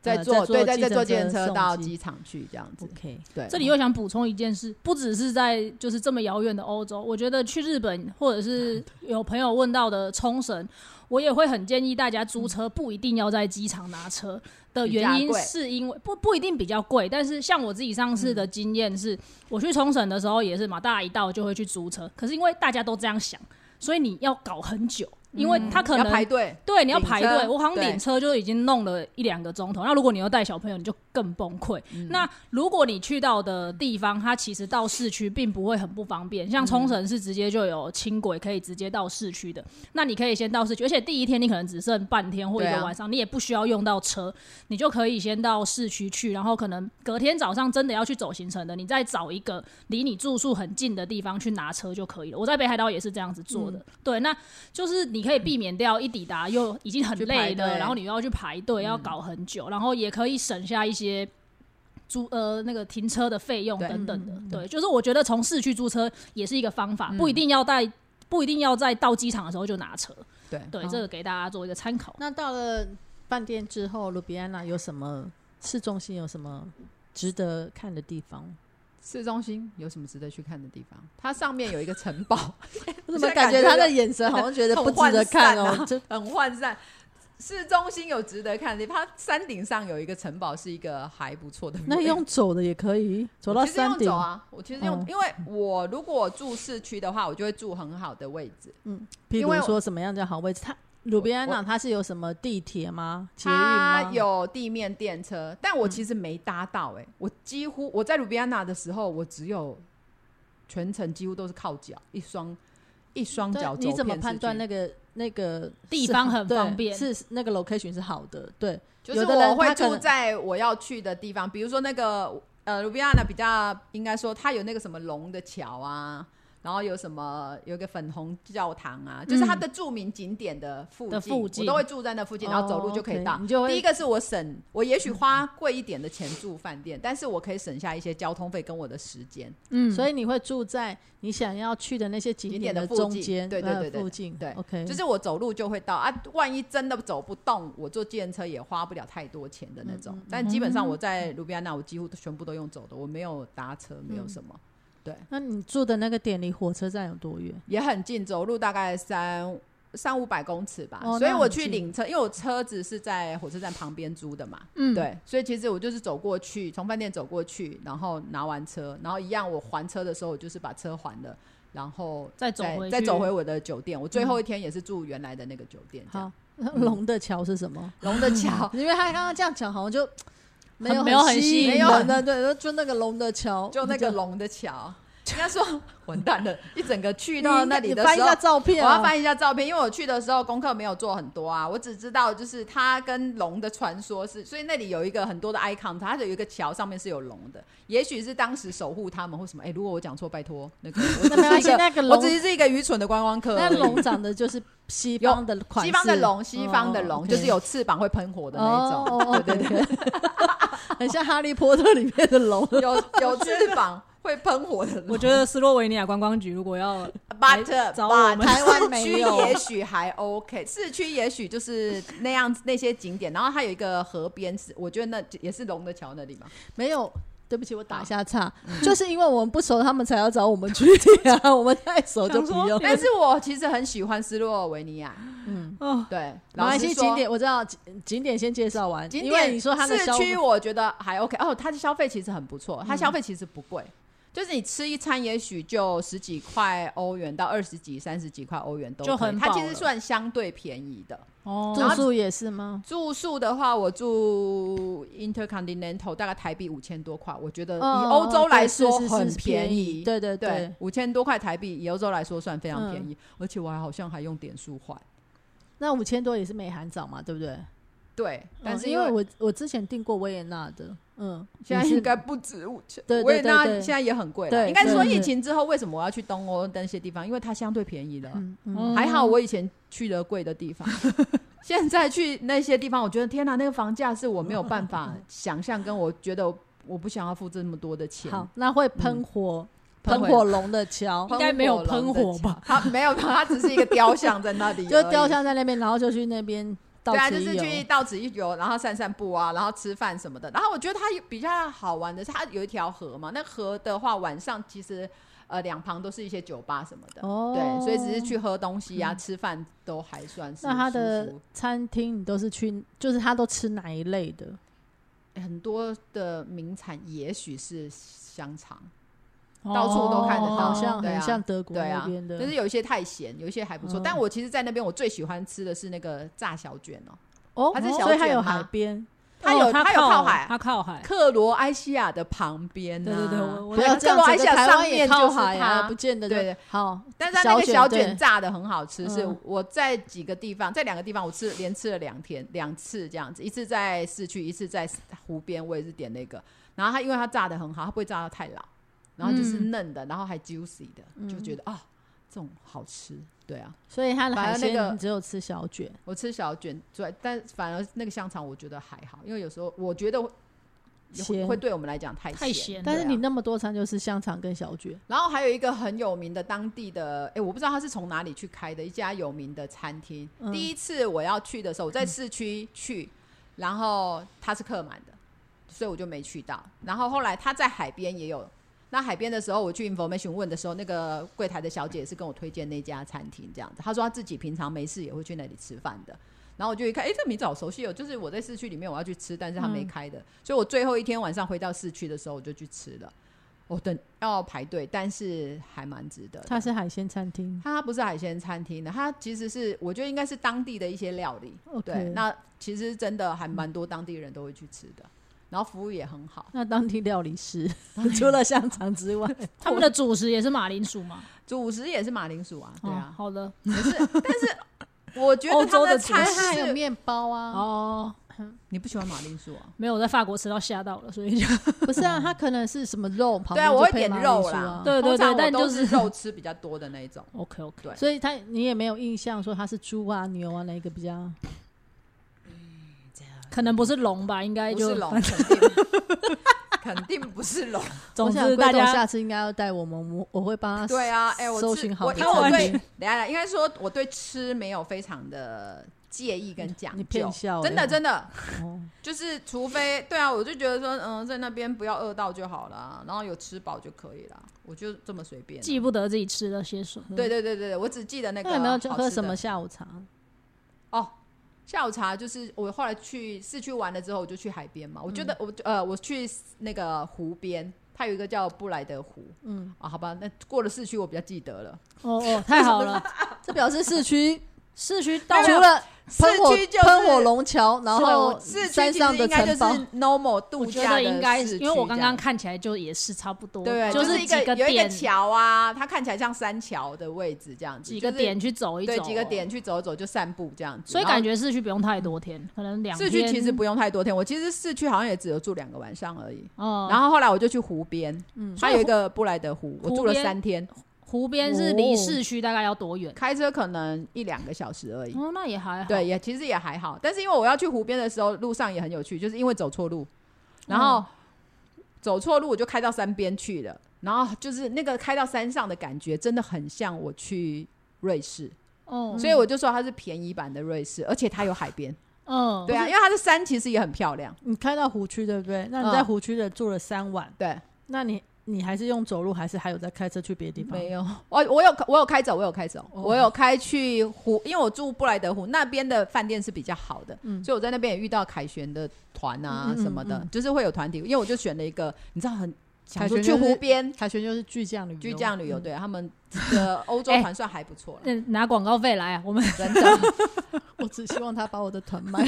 Speaker 3: 在
Speaker 2: 呃
Speaker 3: 坐、
Speaker 2: 在坐
Speaker 3: 对，在
Speaker 2: 计
Speaker 3: 在
Speaker 2: 程
Speaker 3: 坐计程
Speaker 2: 车
Speaker 3: 车
Speaker 2: 送
Speaker 3: 到
Speaker 2: 机
Speaker 3: 机场去这样子。
Speaker 2: OK，
Speaker 3: 对，
Speaker 1: 这里又想补充一件事，不只是在就是这么遥远的欧洲，我觉得去日本或者 是有朋友问到的冲绳，我也会很建议大家租车不一定要在机场拿车的原
Speaker 3: 比较
Speaker 1: 因，
Speaker 3: 贵
Speaker 1: 是因为不不一定比较贵，但是像我自己上
Speaker 3: 嗯
Speaker 1: 次的经验是，我去冲绳的时候也是嘛，大家一到就会去租车，可是因为大家都这样想，所以你要搞很久，因为他可
Speaker 3: 嗯要排
Speaker 1: 能。
Speaker 3: 队，
Speaker 1: 对，你要
Speaker 3: 领
Speaker 1: 排
Speaker 3: 车
Speaker 1: 队。我好像
Speaker 3: 对
Speaker 1: 领车就已经弄了一两个钟头。那如果你又带小朋友，你就更崩溃。
Speaker 3: 嗯
Speaker 1: 那如果你去到的地方，它其实到市区并不会很不方便。像冲绳是直接就有轻轨可以直接到市区的，那你可以先到市区，而且第一天你可能只剩半天或一
Speaker 3: 对
Speaker 1: 个
Speaker 3: 啊
Speaker 1: 晚上，你也不需要用到车，你就可以先到市区去，然后可能隔天早上真的要去走行程的，你再找一个离你住宿很近的地方去拿车就可以了。我在北海道也是这样子做的，
Speaker 3: 嗯
Speaker 1: 对，那就是你可以避免掉一抵达又已经很
Speaker 3: 去排
Speaker 1: 累
Speaker 3: 队嗯
Speaker 1: 了，然后你又要去排队，要搞很久，然后也可以省下一些。租呃那个停车的费用
Speaker 3: 对嗯
Speaker 1: 等等的，对，就是我觉得从市区租车也是一个方法，不一定要在不一定要在到机场的时候就拿车，
Speaker 3: 对嗯
Speaker 1: 对，
Speaker 2: 好
Speaker 1: 这个给大家做一个参考。
Speaker 2: 那到了饭店之后，卢比安娜有什么市中心有什么值得看的地方？
Speaker 3: 市中心有什么值得去看的地地方？它上面有一个城堡，
Speaker 2: 我怎
Speaker 3: 现在
Speaker 2: 么感觉
Speaker 3: 感觉
Speaker 2: 他的眼神好像觉得不值得看
Speaker 3: 很涣散
Speaker 2: 哦
Speaker 3: 啊？
Speaker 2: 这
Speaker 3: 很涣散。市中心有值得看的地方，它山顶上有一个城堡，是一个还不错的 view。
Speaker 2: 那用走的也可以，走到
Speaker 3: 嗯哎其实用
Speaker 2: 山顶
Speaker 3: 走。啊，我其实用，
Speaker 2: 哦
Speaker 3: 因为我如果住市区的话，我就会住很好的位置。
Speaker 2: 譬
Speaker 3: 因为
Speaker 2: 如说什么样叫好位置？它卢比安
Speaker 3: 我
Speaker 2: 娜它是有什么地铁吗？捷运
Speaker 3: 它
Speaker 2: 吗？
Speaker 3: 有地面电车，但我其实没搭到、
Speaker 2: 嗯
Speaker 3: 哎、我几乎我在卢比安娜的时候，我只有全程几乎都是靠脚，一双一双
Speaker 2: 对
Speaker 3: 脚。
Speaker 2: 你怎么判断
Speaker 3: 呢？
Speaker 2: 那个那个
Speaker 1: 地
Speaker 2: 是
Speaker 1: 方
Speaker 2: 好
Speaker 1: 很
Speaker 2: 对
Speaker 1: 方便
Speaker 2: 是那个 location 是好的，对，
Speaker 3: 就是
Speaker 2: 有的人
Speaker 3: 我会
Speaker 2: 他可
Speaker 3: 住
Speaker 2: 能
Speaker 3: 在我要去的地方，比如说那个呃，卢比安娜比较应该说它有那个什么龙的桥啊，然后有什么有一个粉红教堂啊，就是
Speaker 2: 嗯
Speaker 3: 它的著名景点的附近，
Speaker 1: 的附近
Speaker 3: 我都会住在那附近，然后走路就可以到。
Speaker 2: 哦，OK，你就
Speaker 3: 第
Speaker 2: 会
Speaker 3: 一个是我省，我也许花贵一点的钱住饭店，但是我可以省下一些交通费跟我的时间。
Speaker 1: 嗯
Speaker 2: 所以你会住在你想要去的那些景
Speaker 3: 景
Speaker 2: 点
Speaker 3: 点的附
Speaker 2: 中
Speaker 3: 近
Speaker 2: 间，
Speaker 3: 对对
Speaker 2: 呃
Speaker 3: 对对
Speaker 2: 附近，
Speaker 3: 对
Speaker 2: ，OK，
Speaker 3: 就是我走路就会到啊，万一真的走不动，我坐计程车也花不了太多钱的那种。但基本上我在卢比安娜，我几乎都全部都用走的，我没有搭车，没有什么，
Speaker 2: 那你住的那个点离火车站有多远？
Speaker 3: 也很近，走路大概三三五百公尺吧。
Speaker 2: 哦
Speaker 3: 所以
Speaker 2: 那
Speaker 3: 我
Speaker 2: 很
Speaker 3: 去
Speaker 2: 近
Speaker 3: 领车，因为我车子是在火车站旁边租的嘛，
Speaker 1: 嗯，
Speaker 3: 对，所以其实我就是走过去，从饭店走过去，然后拿完车，然后一样我还车的时候，我就是把车还了。然后
Speaker 1: 再走回
Speaker 3: 再
Speaker 1: 去
Speaker 3: 走回我的酒店，我最后一天也是住原来的那个酒店。这样哦
Speaker 2: 好，那 龙的桥是什么？
Speaker 3: 龙的桥，
Speaker 2: 因为他刚刚这样讲，好像就没有
Speaker 1: 没有很
Speaker 2: 吸
Speaker 1: 吸
Speaker 2: 引
Speaker 1: 引
Speaker 2: 人
Speaker 3: 人
Speaker 2: 的，对，就那个龙的桥，
Speaker 3: 就那个龙的 桥。应该说完蛋了，一整个去
Speaker 2: 你
Speaker 3: 到那里的
Speaker 2: 翻一
Speaker 3: 时候
Speaker 2: 下，照
Speaker 3: 我
Speaker 2: 片啊，
Speaker 3: 要翻一下照片，因为我去的时候功课没有做很多啊，我只知道就是它跟龙的传说是，所以那里有一个很多的 icon，它有一个桥上面是有龙的，也许是当时守护他们或什么。哎、如果我讲错，拜托 那个，我
Speaker 2: 那没关
Speaker 3: 只
Speaker 2: 系，
Speaker 3: 是一个，
Speaker 2: 那个
Speaker 3: 我
Speaker 2: 龙，
Speaker 3: 只是一个愚蠢的观光客而
Speaker 2: 那
Speaker 3: 已。
Speaker 2: 龙长得就是西方的款式，
Speaker 3: 西方的龙，西方的龙、
Speaker 2: 哦
Speaker 3: 就是有翅膀会喷火的那种，
Speaker 2: 哦，
Speaker 3: 对对对，
Speaker 2: 对，很像哈利波特里面的 龙。
Speaker 3: 有有翅膀会喷火的龙。
Speaker 4: 我觉得斯洛维尼亚观光局如果要
Speaker 3: But
Speaker 4: 找我
Speaker 3: but
Speaker 4: 们
Speaker 3: 台 湾
Speaker 2: 没
Speaker 3: 区
Speaker 2: 有
Speaker 3: 也许还 OK，市区也许就是那样子那些景点，然后它有一个河边是，我觉得那也是龙的桥那里 嘛。
Speaker 2: 没有，对不起，我打一下岔，
Speaker 3: 嗯
Speaker 2: 就是因为我们不熟，他们才要找我们去 啊，我们太熟就不用。
Speaker 3: 但是我其实很喜欢斯洛维尼亚，
Speaker 2: 嗯，
Speaker 4: 哦，
Speaker 3: 对，
Speaker 2: 马来
Speaker 3: 老
Speaker 2: 西亚
Speaker 3: 实说
Speaker 2: 景。点我知道，景景点先介绍完，
Speaker 3: 景
Speaker 2: 因
Speaker 3: 点
Speaker 2: 为你说它的
Speaker 3: 市
Speaker 2: 消嗯
Speaker 3: 区，我觉得还 OK 哦，它的消费其实很不错，它消费其实不贵，就是你吃一餐也许就十几块欧元到二十几、三十几块欧元都可以
Speaker 1: 就很
Speaker 3: 它
Speaker 1: 饱
Speaker 3: 其实
Speaker 1: 了
Speaker 3: 算相对便宜的。
Speaker 1: 哦，
Speaker 2: 住宿也是吗？
Speaker 3: 住宿的话，我住 Intercontinental 大概台币五千多块，我觉得以
Speaker 2: 哦
Speaker 3: 欧洲来说
Speaker 2: 对是是
Speaker 3: 很
Speaker 2: 是便
Speaker 3: 宜。
Speaker 2: 对对
Speaker 3: 对
Speaker 2: 对。，
Speaker 3: 五千多块台币以欧洲来说算非常便宜，而且我还好像还用点数换。
Speaker 2: 那五千多也是美韩找嘛，对不对？
Speaker 3: 对，但
Speaker 2: 嗯
Speaker 3: 是
Speaker 2: 因
Speaker 3: 因为
Speaker 2: 为
Speaker 3: 我
Speaker 2: 我我之前订过维也纳的，嗯，
Speaker 3: 现在
Speaker 2: 也是
Speaker 3: 应该不止五千，
Speaker 2: 对对
Speaker 3: 我也
Speaker 2: 对
Speaker 3: 那
Speaker 2: 对
Speaker 3: 现在也很贵了。
Speaker 2: 对
Speaker 3: 应该说
Speaker 2: 对对
Speaker 3: 疫情之后，为什么我要去东欧那些地方？因为它相对便宜了。
Speaker 2: 嗯嗯
Speaker 1: 哦
Speaker 3: 还好我以前去了贵的地方， 现在去那些地方，我觉得天哪，那个房价是我没有办
Speaker 1: 哦
Speaker 3: 法想象，跟我觉得我我不想要付这么多的钱。
Speaker 2: 好，那会喷火、
Speaker 3: 嗯喷
Speaker 2: 喷
Speaker 3: 火
Speaker 2: 火龙的桥，
Speaker 1: 应该没有喷火吧？
Speaker 3: 它没有，它只是一个雕像在那里而已，
Speaker 2: 就雕像在那边，然后就去那边到
Speaker 3: 对啊，就
Speaker 2: 此一
Speaker 3: 是
Speaker 2: 游
Speaker 3: 去到此一游，然后散散步啊，然后吃饭什么的。然后我觉得它比较好玩的是，它有一条河嘛，那河的话晚上其实呃两旁都是一些酒吧什么的，
Speaker 2: 哦
Speaker 3: 对，所以只是去喝东西啊、吃饭都还算是
Speaker 2: 那他的
Speaker 3: 舒服
Speaker 2: 餐厅你都是去，就是他都吃哪一类的？
Speaker 3: 很多的名产也许是香肠，到处都看得到
Speaker 2: 好像
Speaker 3: 对啊
Speaker 2: 很像德国
Speaker 3: 对
Speaker 2: 那
Speaker 3: 啊
Speaker 2: 边，的。
Speaker 3: 但是有一些太咸，有一些还不错。
Speaker 2: 嗯
Speaker 3: 但我其实，在那边我最喜欢吃的是那个炸小卷哦、
Speaker 2: 哦，
Speaker 3: 它是小
Speaker 2: 所以它
Speaker 3: 卷
Speaker 2: 有
Speaker 3: 吗
Speaker 2: 海边，
Speaker 3: 它有、
Speaker 1: 它
Speaker 3: 它有靠海，
Speaker 1: 它靠
Speaker 2: 哎
Speaker 1: 海。
Speaker 3: 克罗埃西亚的旁边、啊，
Speaker 4: 对对对我我
Speaker 3: 还有
Speaker 2: 要这
Speaker 3: 克
Speaker 2: 样
Speaker 3: 罗埃
Speaker 2: 整
Speaker 3: 西
Speaker 2: 个
Speaker 3: 亚
Speaker 2: 台
Speaker 3: 上
Speaker 2: 湾也
Speaker 3: 面
Speaker 2: 靠
Speaker 3: 就是
Speaker 2: 海啊，
Speaker 3: 它
Speaker 2: 不，见得就
Speaker 3: 对对
Speaker 2: 好。
Speaker 3: 但是它那个小卷
Speaker 2: 对
Speaker 3: 炸的很好吃，是
Speaker 2: 嗯
Speaker 3: 我在几个地方，在两个地方我吃连吃了两天两次这样子，一次在市区，一次在湖边，我也是点那个。然后它因为它炸的很好，它不会炸到太老，然后
Speaker 2: 嗯
Speaker 3: 就是嫩的，然后还 juicy 的，就觉得啊、这种好吃。对啊，
Speaker 2: 所以它的
Speaker 3: 反
Speaker 2: 海
Speaker 3: 而那
Speaker 2: 鲜
Speaker 3: 个
Speaker 2: 你只有吃小卷，
Speaker 3: 我吃小卷，对，但反而那个香肠我觉得还好，因为有时候我觉得会
Speaker 2: 咸
Speaker 3: 会对我们来讲太
Speaker 1: 太
Speaker 3: 咸
Speaker 1: 咸，
Speaker 2: 但是
Speaker 3: 对啊
Speaker 2: 你那么多餐就是香肠跟小卷，
Speaker 3: 然后还有一个很有名的当地的，哎，我不知道他是从哪里去开的一家有名的餐厅。
Speaker 2: 嗯
Speaker 3: 第一次我要去的时候，我在市区去，然后它是客满的，所以我就没去到。然后后来他在海边也有，那海边的时候我去 information 问的时候，那个柜台的小姐也是跟我推荐那家餐厅这样子。她说她自己平常没事也会去那里吃饭的。然后我就一看，哎，这名字好熟悉哦，就是我在市区里面我要去吃，但是他没开的，所以我最后一天晚上回到市区的时候，我就去吃了。我等哦要排队，但是还蛮值得的。
Speaker 2: 它是海鲜餐厅。
Speaker 3: 它不是海鲜餐厅的，它其实是我觉得应该是当地的一些料理。
Speaker 2: OK
Speaker 3: 对，那其实真的还蛮多当地人都会去吃的，然后服务也很好。
Speaker 2: 那当地料理师除了香肠之 外，
Speaker 1: 他们的主食也是马铃薯嘛？
Speaker 3: 主食也是马铃薯啊，对
Speaker 1: 哦
Speaker 3: 啊。
Speaker 1: 好的，
Speaker 3: 我觉得他们餐
Speaker 2: 它还有
Speaker 3: 是，
Speaker 2: 面包 啊，
Speaker 1: 哦，
Speaker 3: 你不喜欢马铃薯啊？
Speaker 1: 没有，我在法国吃到吓到了，所以就
Speaker 2: 不是啊，它可能是什么肉旁
Speaker 3: 对
Speaker 2: 边
Speaker 3: 啊，
Speaker 2: 就
Speaker 3: 我会
Speaker 2: 配
Speaker 3: 点
Speaker 2: 马铃
Speaker 3: 肉
Speaker 2: 薯
Speaker 3: 啦
Speaker 2: 啊。
Speaker 1: 对
Speaker 3: 通常我
Speaker 1: 但
Speaker 3: 都
Speaker 1: 就是
Speaker 3: 肉吃比较多的那一种。
Speaker 1: OK OK，
Speaker 3: 对
Speaker 2: 所以它你也没有印象说它是猪啊牛啊哪一个比较
Speaker 1: 可能不是龙吧，应该
Speaker 3: 不
Speaker 1: 就是
Speaker 3: 龙，肯定 肯定不是龙。
Speaker 1: 总
Speaker 2: 我想
Speaker 1: 之
Speaker 2: 龟
Speaker 1: 大
Speaker 2: 董
Speaker 1: 家
Speaker 2: 下次应该要带我们，我我会帮他
Speaker 3: 对啊，哎、我
Speaker 2: 搜
Speaker 3: 吃
Speaker 2: 寻好
Speaker 3: 我
Speaker 2: 的
Speaker 3: 因为我
Speaker 2: 餐
Speaker 3: 对，
Speaker 2: 厅
Speaker 3: 等一下应该说我对吃没有非常的介意跟讲
Speaker 2: 你骗
Speaker 3: 究，
Speaker 2: 笑
Speaker 3: 真
Speaker 2: 了
Speaker 3: 的真的
Speaker 2: 哦
Speaker 3: 就是除非对啊，我就觉得说，嗯，在那边不要饿到就好了，然后有吃饱就可以了，我就这么随便。
Speaker 1: 记不得自己吃了些什么。
Speaker 3: 对对对对对，我只记得 那个
Speaker 2: 那有没有
Speaker 3: 好
Speaker 2: 喝
Speaker 3: 吃
Speaker 2: 什
Speaker 3: 的
Speaker 2: 么下午茶？
Speaker 3: 哦，下午茶就是我后来去市区玩了之后，我就去海边嘛。我
Speaker 2: 嗯
Speaker 3: 觉得我、呃，我去那个湖边，它有一个叫布莱德湖。嗯啊，好吧，那过了市区我比较记得了。
Speaker 1: 哦 哦，太好了，
Speaker 2: 这表示市区
Speaker 1: 市区
Speaker 2: 除
Speaker 1: 到了
Speaker 2: 了
Speaker 3: 市
Speaker 2: 喷火
Speaker 3: 区就是
Speaker 2: 喷火龙桥，然
Speaker 3: 对
Speaker 2: 后
Speaker 3: 我市区
Speaker 2: 山
Speaker 3: 其
Speaker 2: 上
Speaker 3: 实
Speaker 2: 的
Speaker 3: 应该就
Speaker 2: 城
Speaker 3: 是
Speaker 2: 堡，
Speaker 3: normal
Speaker 1: 我
Speaker 3: 度
Speaker 1: 觉得
Speaker 3: 假的
Speaker 1: 应该
Speaker 3: 市
Speaker 1: 是，
Speaker 3: 区
Speaker 1: 因为我刚
Speaker 3: 这
Speaker 1: 刚
Speaker 3: 样
Speaker 1: 看起来就也是差不多，
Speaker 3: 对，
Speaker 1: 就
Speaker 3: 就是
Speaker 1: 是
Speaker 3: 一
Speaker 1: 几
Speaker 3: 个有一个
Speaker 1: 点
Speaker 3: 桥啊，它看起来像山桥的位置这样子，
Speaker 1: 几个
Speaker 3: 就是
Speaker 1: 点去走一走，哦
Speaker 3: 对几个点去走走就散步这样子，
Speaker 1: 所以
Speaker 3: 然后
Speaker 1: 感觉市区不用太多天，可能两
Speaker 3: 市区
Speaker 1: 天
Speaker 3: 其实不用太多天，我其实市区好像也只有住两个晚上而已。
Speaker 1: 哦，
Speaker 3: 然后后来我就去湖边，嗯，它有一个布莱德湖，我
Speaker 1: 湖
Speaker 3: 住了
Speaker 1: 边
Speaker 3: 三天，
Speaker 1: 湖边是
Speaker 3: 哦
Speaker 1: 离市区大概要多远？
Speaker 3: 开车可能一两个小时而已。
Speaker 1: 哦，那也还好。
Speaker 3: 对，，也其实也还好，但是因为我要去湖边的时候，路上也很有趣，就是因为走错路，然
Speaker 1: 嗯
Speaker 3: 后走错路我就开到山边去了，然后就是那个开到山上的感觉，真的很像我去瑞士，
Speaker 1: 哦，
Speaker 3: 所以我就说它是便宜版的瑞士，而且它有海边，
Speaker 1: 嗯，
Speaker 3: 对啊，因为它的山其实也很漂亮，
Speaker 2: 你开到湖区对不对？那你
Speaker 3: 嗯
Speaker 2: 在湖区的住了三晚，
Speaker 3: 对，
Speaker 2: 那你你还是用走路，还是还有在开车去别的地方？哦
Speaker 3: 没有，我我有我有开走，我有开走，我有开去湖，因为我住布莱德湖那边的饭店是比较好的，所以我在那边也遇到凯旋的团啊
Speaker 2: 嗯嗯
Speaker 3: 什么的，
Speaker 2: 嗯嗯
Speaker 3: 就是会有团体，因为我就选了一个，你知道很想说
Speaker 2: 凯旋
Speaker 3: 去
Speaker 2: 就是
Speaker 3: 湖边
Speaker 2: 凯旋就是巨匠旅游，
Speaker 3: 居降旅游，
Speaker 2: 嗯哎
Speaker 3: 对他们的欧洲团算还不错了，
Speaker 1: 那拿广告费来啊， 我们
Speaker 3: 真的
Speaker 2: 我只希望他把我的团卖。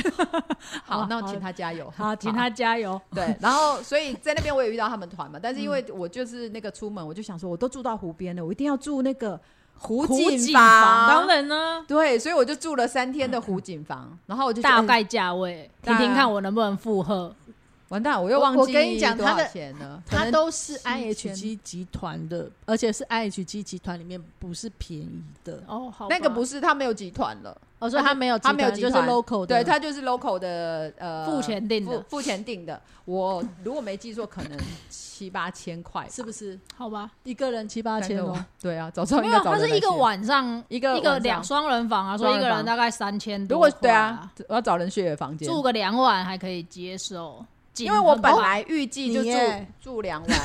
Speaker 3: 好，那
Speaker 1: 好
Speaker 3: 请他加油，
Speaker 1: 好，请他加油。
Speaker 3: 对，然后所以在那边我也遇到他们团嘛，但是因为
Speaker 2: 嗯
Speaker 3: 我就是那个出门，我就想说我都住到湖边了，我一定要住那个湖
Speaker 1: 湖
Speaker 3: 景
Speaker 1: 景
Speaker 3: 房，
Speaker 1: 当然呢，
Speaker 3: 对，所以我就住了三天的湖景房，然后我就觉得
Speaker 1: 大
Speaker 3: 哎
Speaker 1: 概价位，听
Speaker 3: 大
Speaker 1: 听看我能不能负荷。
Speaker 3: 完蛋，我又忘记
Speaker 2: 我我跟你讲
Speaker 3: 多
Speaker 2: 他的
Speaker 3: 少钱了。可
Speaker 2: 它
Speaker 3: 能
Speaker 2: 都是
Speaker 3: 七
Speaker 2: IHG 集团的，而且是 IHG 集团里面不是便宜的
Speaker 1: 哦，好吧，
Speaker 3: 那个不是他没有集团了，
Speaker 2: 哦，所以他没有集
Speaker 3: 他没有
Speaker 2: 团
Speaker 3: 集
Speaker 2: 就是
Speaker 3: 团
Speaker 2: local 的，
Speaker 3: 对，它就是 local 的呃
Speaker 1: 付钱定的
Speaker 3: 付付钱定的。我如果没记错，可能七八千块吧，
Speaker 2: 是不是
Speaker 1: 好吧？
Speaker 2: 一个人七八千
Speaker 3: 那个
Speaker 2: 哦？
Speaker 3: 我对啊，早知道
Speaker 1: 没
Speaker 3: 应
Speaker 1: 有，
Speaker 3: 该找
Speaker 1: 它是
Speaker 3: 人来
Speaker 1: 一个
Speaker 3: 学。
Speaker 1: 晚上
Speaker 3: 一个
Speaker 1: 一个
Speaker 3: 晚
Speaker 1: 两
Speaker 3: 上
Speaker 1: 双人房啊，所以一个人大概三千多
Speaker 3: 如果
Speaker 1: 块、
Speaker 3: 对啊，我要找人血的房间，
Speaker 1: 住个两晚还可以接受。
Speaker 3: 因为我
Speaker 1: 紧
Speaker 3: 本
Speaker 1: 很
Speaker 3: 来预计就
Speaker 2: 你
Speaker 3: 住
Speaker 2: 耶
Speaker 3: 住两晚，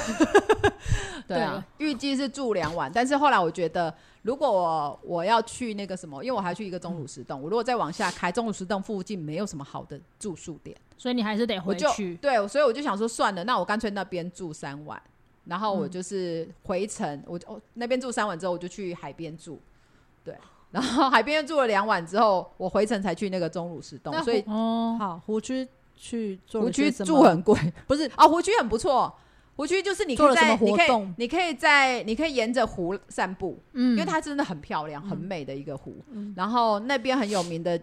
Speaker 3: 对啊
Speaker 1: 了，
Speaker 3: 预计是住两晚，但是后来我觉得，如果我我要去那个什么，因为我还去一个中鲁石洞，我如果再往下开，中鲁石洞附近没有什么好的住宿点，
Speaker 1: 所以你还是得
Speaker 3: 我
Speaker 1: 回
Speaker 3: 就
Speaker 1: 去。
Speaker 3: 对，所以我就想说算了，那我干脆那边住三晚，然后我就是回程，我就哦那边住三晚之后，我就去海边住，对，然后海边住了两晚之后，我回程才去那个中鲁石洞
Speaker 2: 那，
Speaker 3: 所以
Speaker 1: 哦，
Speaker 2: 好，湖区去做
Speaker 3: 湖
Speaker 2: 了些
Speaker 3: 区
Speaker 2: 什么
Speaker 3: 住很贵。
Speaker 2: 不是
Speaker 3: 啊，湖区很不错。湖区就是你
Speaker 2: 做
Speaker 3: 可以
Speaker 2: 了什
Speaker 3: 在
Speaker 2: 么
Speaker 3: 你
Speaker 2: 活
Speaker 3: 可以
Speaker 2: 动
Speaker 3: 你可以在你可以沿着湖散步，
Speaker 1: 嗯，
Speaker 3: 因为它真的很漂亮，很
Speaker 2: 嗯
Speaker 3: 美的一个湖。然后那边很有名的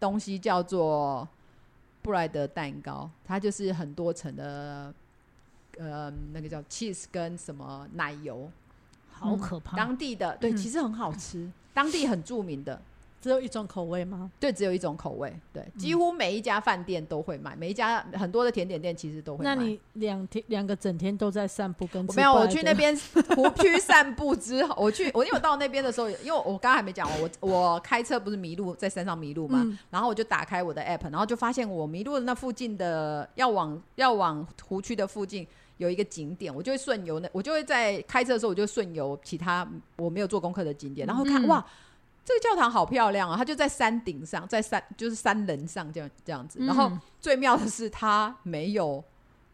Speaker 3: 东西叫做布莱德蛋糕，它就是很多层的，呃，那个叫 cheese 跟什么奶油，
Speaker 1: 好可怕。
Speaker 3: 当地的
Speaker 2: 嗯
Speaker 3: 对，其实很好吃，当地很著名的。
Speaker 2: 只有一种口味吗？
Speaker 3: 对，只有一种口味。对，几
Speaker 2: 嗯
Speaker 3: 乎每一家饭店都会卖，每一家很多的甜点店其实都会卖。
Speaker 2: 那你两天两个整天都在散步跟
Speaker 3: 我
Speaker 2: 吃
Speaker 3: 没有，我
Speaker 2: 饭
Speaker 3: 去
Speaker 2: 的
Speaker 3: 那 边湖区散步之后，我去，我因为我到那边的时候，因为我刚刚还没讲完，我我开车不是迷路在山上迷路嘛，
Speaker 2: 嗯
Speaker 3: 然后我就打开我的 app，然后就发现我迷路的那附近的要往要往湖区的附近有一个景点，我就会顺游那，我就会在开车的时候我就顺游其他我没有做功课的景点，然后看、
Speaker 1: 嗯
Speaker 3: 哇。这个教堂好漂亮啊！它就在山顶上，在山就是山棱上这样这样子。然后
Speaker 1: 嗯
Speaker 3: 最妙的是，它没有，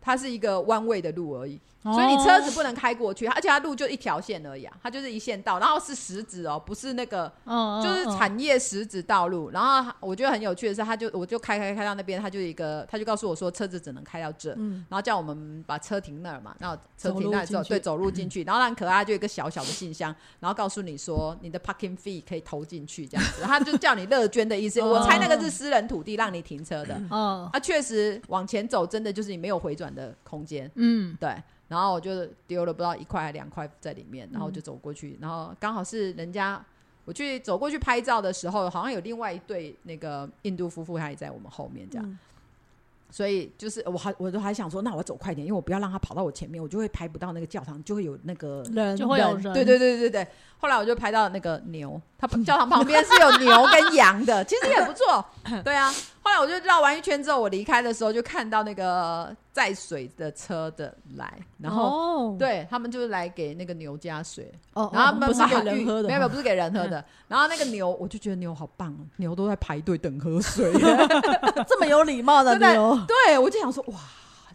Speaker 3: 它是一个弯位的路而已，
Speaker 1: 哦
Speaker 3: 所以你车子不能开过去，而且它路就一条线而已啊，它就是一线道，然后是石子哦，不是那个
Speaker 1: 嗯，嗯
Speaker 3: 就是
Speaker 1: 嗯
Speaker 3: 产业石子道路。然后我觉得很有趣的是，他就我就开开开到那边，他就一个他就告诉我说车子只能开到这，
Speaker 2: 嗯
Speaker 3: 然后叫我们把车停那儿嘛，然后车
Speaker 2: 走路
Speaker 3: 停那儿之后，
Speaker 2: 进去
Speaker 3: 对，走路进去，然后很可爱，就有一个小小的信箱，然后告诉你说你的 parking fee 可以投进去这样子，他就叫你乐捐的意思，
Speaker 1: 哦
Speaker 3: 我猜那个是私人土地让你停车的。
Speaker 1: 嗯
Speaker 3: 啊，确实往前走，真的就是你没有回转的空间。
Speaker 1: 嗯，
Speaker 3: 对，然后我就丢了不知道一块还两块在里面，然后我
Speaker 2: 嗯
Speaker 3: 就走过去，然后刚好是人家我去走过去拍照的时候，好像有另外一对那个印度夫妇，他也在我们后面这样。
Speaker 2: 嗯
Speaker 3: 所以就是我还我都还想说，那我要走快点，因为我不要让他跑到我前面，我就会拍不到那个教堂，就会有那个
Speaker 2: 人
Speaker 1: 就会有人
Speaker 3: 对对对对对。后来我就拍到那个牛， 它教堂旁边是有牛跟羊的，其实也不错。对啊，后来我就绕完一圈之后，我离开的时候就看到那个载水的车的来，然后、
Speaker 2: 后，
Speaker 3: 对他们就是来给那个牛加水，
Speaker 2: 哦
Speaker 3: 然后他
Speaker 2: 哦
Speaker 3: 们
Speaker 2: 不是
Speaker 3: 把
Speaker 2: 给人
Speaker 3: 玉
Speaker 2: 喝的，
Speaker 3: 没有没有不是给人喝 的。然后那个牛，我就觉得牛好棒哦，牛都在排队等喝水。
Speaker 2: 这么有礼貌的
Speaker 3: 真的
Speaker 2: 牛，
Speaker 3: 对我就想说，哇，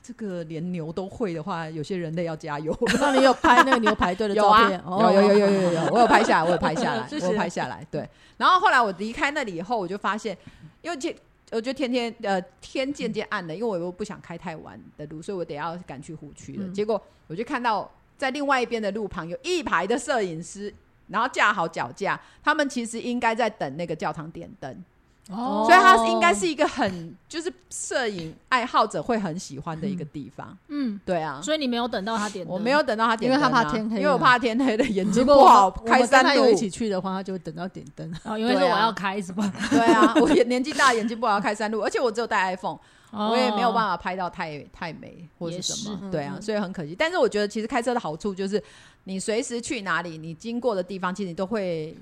Speaker 3: 这个连牛都会的话，有些人类要加油。
Speaker 2: 那你有拍那个牛排队的
Speaker 3: 有
Speaker 2: 照
Speaker 3: 啊，
Speaker 2: 片？哦
Speaker 3: 有有有有有 有有，我有拍下来，我有拍下来，
Speaker 2: 谢谢
Speaker 3: 我有拍下来。对，然后后来我离开那里以后，我就发现，因为天，我就天天呃天渐渐暗了，因为我又不想开太晚的路，所以我得要赶去湖区了。
Speaker 2: 嗯
Speaker 3: 结果我就看到在另外一边的路旁有一排的摄影师。然后架好脚架，他们其实应该在等那个教堂点灯，
Speaker 1: 哦
Speaker 3: 所以它应该是一个很就是摄影爱好者会很喜欢的一个地方。
Speaker 1: 嗯，
Speaker 3: 对啊，
Speaker 1: 所以你没有等到他点灯，
Speaker 3: 我没有等到他点
Speaker 2: 因
Speaker 3: 灯
Speaker 2: 为他
Speaker 3: 啊、
Speaker 2: 怕天黑啊
Speaker 3: 因为我怕天黑的眼睛
Speaker 2: 如
Speaker 3: 不
Speaker 2: 果我
Speaker 3: 好，
Speaker 2: 我们
Speaker 3: 开
Speaker 2: 跟
Speaker 3: 山
Speaker 2: 他
Speaker 3: 路
Speaker 2: 有一起去的话，他就会等到点灯。
Speaker 1: 哦，因为是
Speaker 3: 对
Speaker 1: 我
Speaker 3: 啊
Speaker 1: 要开是吧？
Speaker 3: 对啊，我 也年纪大，眼睛不好，开山路，而且我只有带 iPhone，、我
Speaker 1: 哦
Speaker 3: 也没有办
Speaker 1: 法。
Speaker 3: 法拍到太太美或是什
Speaker 1: 也
Speaker 3: 么，
Speaker 2: 哦是
Speaker 3: 对啊
Speaker 2: 嗯，嗯
Speaker 3: 所以很可惜。但是我觉得其实开车的好处就是，你随时去哪里，你经过的地方，其实你都会，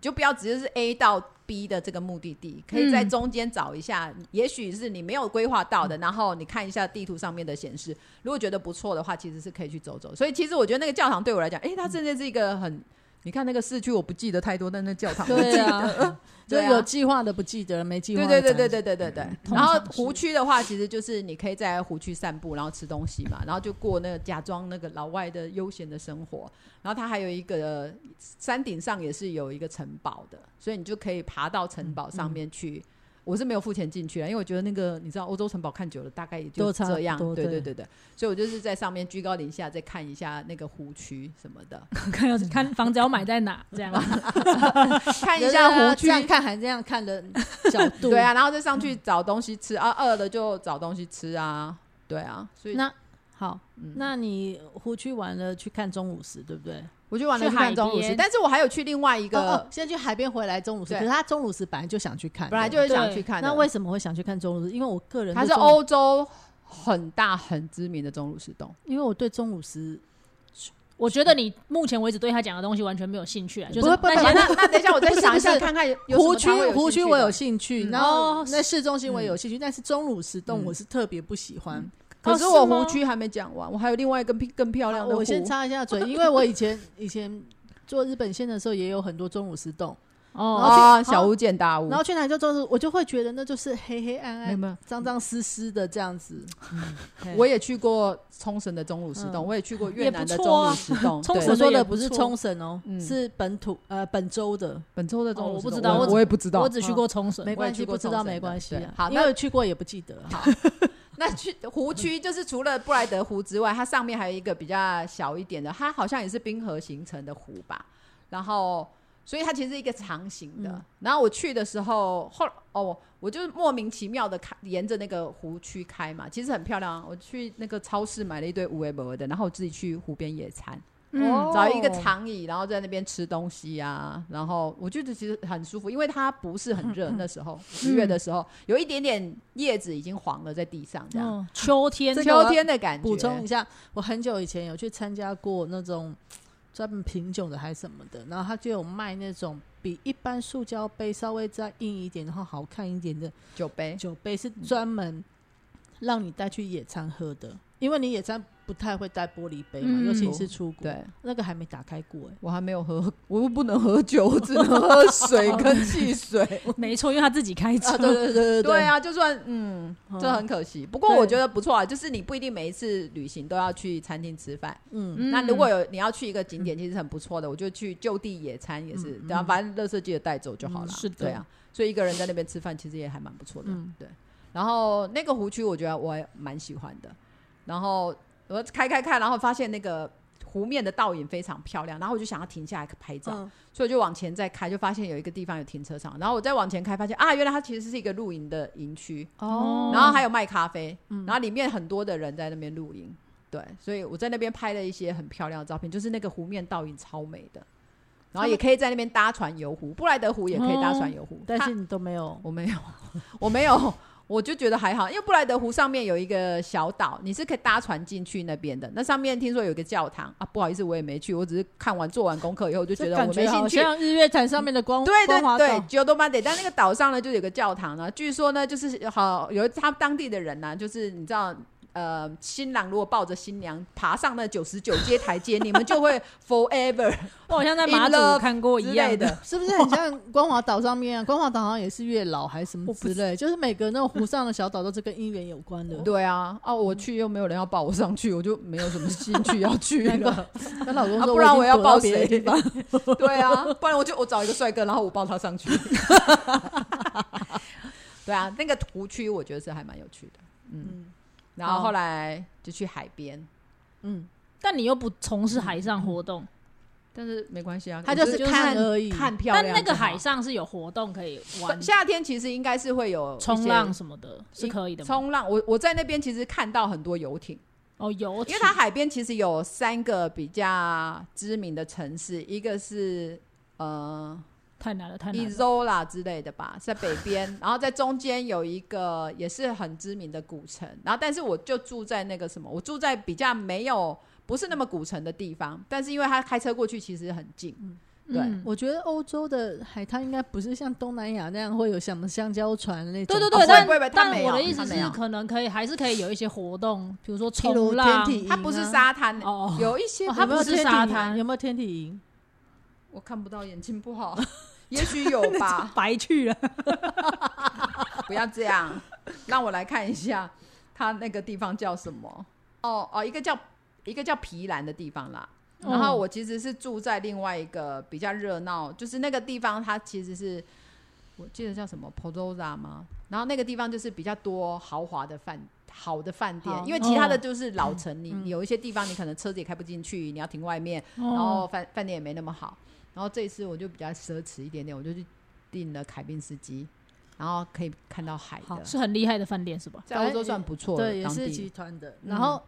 Speaker 3: 就不要直接是 A 到 B 的这个目的地，可以在
Speaker 1: 嗯
Speaker 3: 中间找一下，也许是你没有规划到的，
Speaker 2: 嗯
Speaker 3: 然后你看一下地图上面的显示，如果觉得不错的话，其实是可以去走走。所以其实我觉得那个教堂对我来讲，哎、它真的是一个很。你看那个市区，我不记得太多，但那 教堂我 记
Speaker 2: 对
Speaker 3: 得
Speaker 2: 啊，就
Speaker 3: 对啊
Speaker 2: 有计划的不记得，没计划的
Speaker 3: 对
Speaker 2: 才
Speaker 3: 对对对对对对对。
Speaker 1: 通
Speaker 3: 然后
Speaker 1: 常是
Speaker 3: 湖区的话，其实就是你可以在湖区散步，然后吃东西嘛，然后就过那个假装那个老外的悠闲的生活。然后它还有一个呃山顶上也是有一个城堡的，所以你就可以爬到城堡上面去。我是没有付钱进去啊，因为我觉得那个你知道欧洲城堡看久了大概也就
Speaker 2: 都差不
Speaker 3: 这样，
Speaker 2: 多
Speaker 3: 对
Speaker 2: 对
Speaker 3: 对对对，所以我就是在上面居高临下再看一下那个湖区什么的，
Speaker 1: 看要 看房子要买在哪 这样。
Speaker 3: 看一
Speaker 2: 人
Speaker 3: 下
Speaker 2: 家
Speaker 3: 湖区
Speaker 2: 这样看还这样看 的角度。
Speaker 3: 对，啊，然后再上去找东西吃啊，饿了就找东西吃啊，对啊，所以
Speaker 2: 那好，
Speaker 3: 嗯
Speaker 2: 那你湖区完了去看钟乳石，对不对？
Speaker 3: 我去玩的是看钟乳
Speaker 1: 去海
Speaker 3: 石
Speaker 1: 边，
Speaker 3: 但是我还有去另外一
Speaker 2: 哦哦
Speaker 3: 个，，
Speaker 2: 现在去海边回来钟乳石，
Speaker 3: 对
Speaker 2: 可是他钟乳石本来就想去看的，
Speaker 3: 本来就会想去看的。
Speaker 2: 那为什么会想去看钟乳石？因为我个人
Speaker 3: 它
Speaker 2: 对
Speaker 3: 是
Speaker 2: 钟乳，
Speaker 3: 欧洲很大很知名的钟乳石洞，
Speaker 2: 因为我对钟乳石
Speaker 1: 我觉得你目前为止对他讲的东西完全没有兴趣啊，就
Speaker 2: 不会
Speaker 1: 是
Speaker 2: 不会
Speaker 1: 那
Speaker 3: 那
Speaker 1: 些
Speaker 3: 那那等一下我再
Speaker 2: 不是
Speaker 3: 想一
Speaker 2: 不
Speaker 3: 下
Speaker 2: 是
Speaker 3: 看看有什
Speaker 2: 湖
Speaker 3: 么
Speaker 2: 区
Speaker 3: 它会有
Speaker 2: 湖
Speaker 3: 兴
Speaker 2: 区
Speaker 3: 趣
Speaker 2: 我
Speaker 3: 的
Speaker 2: 有兴趣，
Speaker 3: 嗯
Speaker 2: 然后
Speaker 1: 哦
Speaker 2: 那市中心我也
Speaker 3: 嗯
Speaker 2: 有兴趣，但是钟乳石洞
Speaker 3: 嗯
Speaker 2: 我是特别不喜欢。
Speaker 3: 可
Speaker 1: 哦
Speaker 3: 是
Speaker 1: 是
Speaker 3: 我
Speaker 1: 吗
Speaker 3: 湖区还没讲完，我还有另外一个更更漂亮的
Speaker 2: 哦啊
Speaker 3: 湖。
Speaker 2: 我先插一下 嘴，因为我以前以前做日本线的时候也有很多钟乳石洞，
Speaker 1: 哦，
Speaker 3: 哦，小巫见大巫。
Speaker 2: 然后去哪里就钟乳，我就会觉得那就是黑黑暗
Speaker 3: 没有
Speaker 2: 暗、
Speaker 3: 没有，
Speaker 2: 脏脏湿湿的这样子。
Speaker 3: 我也去过冲绳的钟乳石洞，我也去过越南的
Speaker 1: 也不
Speaker 3: 钟
Speaker 1: 错啊
Speaker 3: 乳石洞。
Speaker 1: 冲绳
Speaker 3: 对
Speaker 2: 我说
Speaker 1: 也
Speaker 2: 的
Speaker 1: 不
Speaker 2: 不是
Speaker 1: 错
Speaker 2: 冲绳哦，
Speaker 3: 嗯
Speaker 2: 是本土呃本州的，
Speaker 3: 本州的钟
Speaker 1: 哦
Speaker 3: 乳
Speaker 1: 我
Speaker 3: 石
Speaker 1: 不
Speaker 3: 洞，
Speaker 1: 知道我只
Speaker 3: 我也不知道
Speaker 1: 我。只去过冲绳
Speaker 2: 没，关系，
Speaker 3: 去过
Speaker 2: 不知道
Speaker 3: 冲绳
Speaker 2: 没
Speaker 3: 的
Speaker 2: 关系
Speaker 3: 对
Speaker 2: 啊。
Speaker 3: 好
Speaker 2: 因
Speaker 3: 那
Speaker 2: 为去过也不记得了。
Speaker 3: 那去湖区就是除了布莱德湖之外，它上面还有一个比较小一点的，它好像也是冰河形成的湖吧。然后，所以它其实是一个长形的。
Speaker 2: 嗯
Speaker 3: 然后我去的时候，后哦，我就是莫名其妙的开，沿着那个湖区开嘛，其实很漂亮啊。我去那个超市买了一堆无为博的，然后我自己去湖边野餐，
Speaker 1: 嗯，
Speaker 3: 找一个长椅，然后在那边吃东西啊。然后我觉得其实很舒服，因为它不是很热，那时候十月的时候，有一点点叶子已经黄了在地上这样。
Speaker 1: 嗯，秋天
Speaker 2: 这个我
Speaker 3: 秋
Speaker 2: 要
Speaker 3: 天的感觉。
Speaker 2: 补充一下，我很久以前有去参加过那种专门品酒的还是什么的，然后他就有卖那种比一般塑胶杯稍微再硬一点，然后好看一点的
Speaker 3: 酒杯，
Speaker 2: 酒杯，是专门让你带去野餐喝的。因为你野餐不太会带玻璃杯嘛，
Speaker 1: 嗯
Speaker 2: 尤其是出国，
Speaker 3: 对
Speaker 2: 那个还没打开过、欸。
Speaker 3: 我还没有喝，我又不能喝酒，我 只能喝水跟汽水。
Speaker 1: 没错，因为他自己开车，
Speaker 2: 啊，对对对对
Speaker 3: 对，啊，就算嗯，这很可惜。不过
Speaker 2: 对
Speaker 3: 我觉得不错啊，就是你不一定每一次旅行都要去餐厅吃饭。
Speaker 2: 嗯，
Speaker 1: 嗯
Speaker 3: 那如果有你要去一个景点，其实很不错的。我就去就地野餐也是，对啊，反正垃圾记得带走就好了。
Speaker 1: 嗯是的
Speaker 3: 对啊，所以一个人在那边吃饭其实也还蛮不错的
Speaker 2: 嗯。
Speaker 3: 对，然后那个湖区我觉得我也蛮喜欢的。然后我开开开，然后发现那个湖面的倒影非常漂亮，然后我就想要停下来拍照。
Speaker 2: 嗯
Speaker 3: 所以我就往前再开，就发现有一个地方有停车场，然后我再往前开，发现啊，原来它其实是一个露营的营区，
Speaker 1: 哦
Speaker 3: 然后还有卖咖啡，然后里面很多的人在那边露营，对，所以我在那边拍了一些很漂亮的照片，就是那个湖面倒影超美的，然后也可以在那边搭船游湖，布莱德湖也可以搭船游湖，
Speaker 2: 哦但
Speaker 3: 它
Speaker 2: 是你都没有，
Speaker 3: 我没有， 我没有，我就觉得还好，因为布莱德湖上面有一个小岛，你是可以搭船进去那边的。那上面听说有一个教堂啊，不好意思，我也没去，我只是看完做完功课以后，我就觉
Speaker 2: 这
Speaker 3: 得
Speaker 2: 感
Speaker 3: 我没
Speaker 2: 觉
Speaker 3: 兴
Speaker 2: 好
Speaker 3: 趣。
Speaker 2: 像日月潭上面的
Speaker 1: 哦
Speaker 2: 光
Speaker 3: 对
Speaker 2: 光
Speaker 3: 对
Speaker 2: 华
Speaker 3: 对
Speaker 2: 岛，
Speaker 3: 九多曼得，但那个岛上呢，就有个教堂呢。 据说呢，就是好有他当地的人呢、就是你知道，呃，新郎如果抱着新娘爬上那九十九阶台阶，你们就会 forever
Speaker 1: 我好像在马
Speaker 3: In love
Speaker 1: 祖看过
Speaker 3: 之
Speaker 1: 一
Speaker 3: 类
Speaker 1: 样
Speaker 3: 的，。
Speaker 2: 是不是很像光华岛上面啊？ 光华岛好像也是月老还是什么之类，就是每个那种湖上的小岛都是跟姻缘有关的。
Speaker 3: 对啊，啊，我去又没有人要抱我上去，我就没有什么兴趣要去 了。
Speaker 2: 跟老公
Speaker 3: 啊
Speaker 2: 说，
Speaker 3: 不然我
Speaker 2: 我已经
Speaker 3: 要
Speaker 2: 躲到
Speaker 3: 抱
Speaker 2: 别的地
Speaker 3: 谁
Speaker 2: 方。
Speaker 3: 对啊，不然我就我找一个帅哥，然后我抱他上去。 对啊，那个湖区我觉得是还蛮有趣的，嗯。然后后来就去海边，
Speaker 2: 嗯，
Speaker 1: 但你又不从事海上活动，
Speaker 3: 嗯但是没关系啊，
Speaker 2: 他
Speaker 3: 我
Speaker 2: 就
Speaker 3: 觉
Speaker 2: 是
Speaker 3: 得
Speaker 2: 看而已。
Speaker 3: 看漂
Speaker 1: 但
Speaker 3: 亮就好。
Speaker 1: 那个海上是有活动可以玩
Speaker 3: 不，夏天其实应该是会有一些
Speaker 1: 冲浪什么的，是可以的吗？
Speaker 3: 冲浪。我我在那边其实看到很多游艇，
Speaker 1: 哦，游
Speaker 3: 因
Speaker 1: 艇
Speaker 3: 为它海边其实有三个比较知名的城市，一个是呃
Speaker 1: 太难了，太难了。
Speaker 3: Izola 之类的吧，在北边， 然后在中间有一个也是很知名的古城，然后但是我就住在那个什么，我住在比较没有不是那么古城的地方，但是因为它开车过去其实很近，对
Speaker 1: 嗯
Speaker 2: 我觉得欧洲的海滩应该不是像东南亚那样会有什么香蕉船那
Speaker 1: 对
Speaker 2: 种，
Speaker 1: 对对，
Speaker 3: 不会
Speaker 1: 但
Speaker 3: 不会不会他
Speaker 1: 但
Speaker 3: 没有
Speaker 1: 我的意思
Speaker 3: 他没有
Speaker 1: 是，可能可以还是可以有一些活动，比如说
Speaker 2: 譬如
Speaker 1: 冲
Speaker 2: 天
Speaker 1: 浪。
Speaker 2: 体营啊，
Speaker 3: 它不是沙滩，
Speaker 1: 哦
Speaker 3: 有一些
Speaker 2: 哦，
Speaker 1: 它
Speaker 2: 有没有
Speaker 1: 不是
Speaker 2: 天体
Speaker 1: 沙
Speaker 2: 营
Speaker 1: 滩
Speaker 2: 有没有天体营？
Speaker 3: 我看不到，眼睛不 好，也许有吧，
Speaker 1: 白去了，
Speaker 3: 不要这样，让我来看一下它那个地方叫什么。哦哦，一个叫一个叫皮兰的地方啦。
Speaker 1: 哦
Speaker 3: 然后我其实是住在另外一个比较热闹，就是那个地方它其实是我记得叫什么 Podoza 吗？然后那个地方就是比较多豪华的饭。好的饭店
Speaker 2: 好，
Speaker 3: 因为其他的
Speaker 1: 哦
Speaker 3: 就是老城，你、
Speaker 2: 嗯
Speaker 3: 有一些地方你可能车子也开不进去，你要停外面，
Speaker 1: 然
Speaker 3: 然
Speaker 2: 哦
Speaker 3: 后饭饭店也没那么好。然后这一次我就比较奢侈一点点，我就去订了凯宾斯基，然后可以看到海
Speaker 2: 好
Speaker 3: 的，
Speaker 1: 是很厉害的饭店是吧？
Speaker 3: 在欧洲算不错的，
Speaker 2: 对，也
Speaker 3: 当
Speaker 2: 是
Speaker 3: 地
Speaker 2: 集团的。
Speaker 3: 嗯
Speaker 2: 然后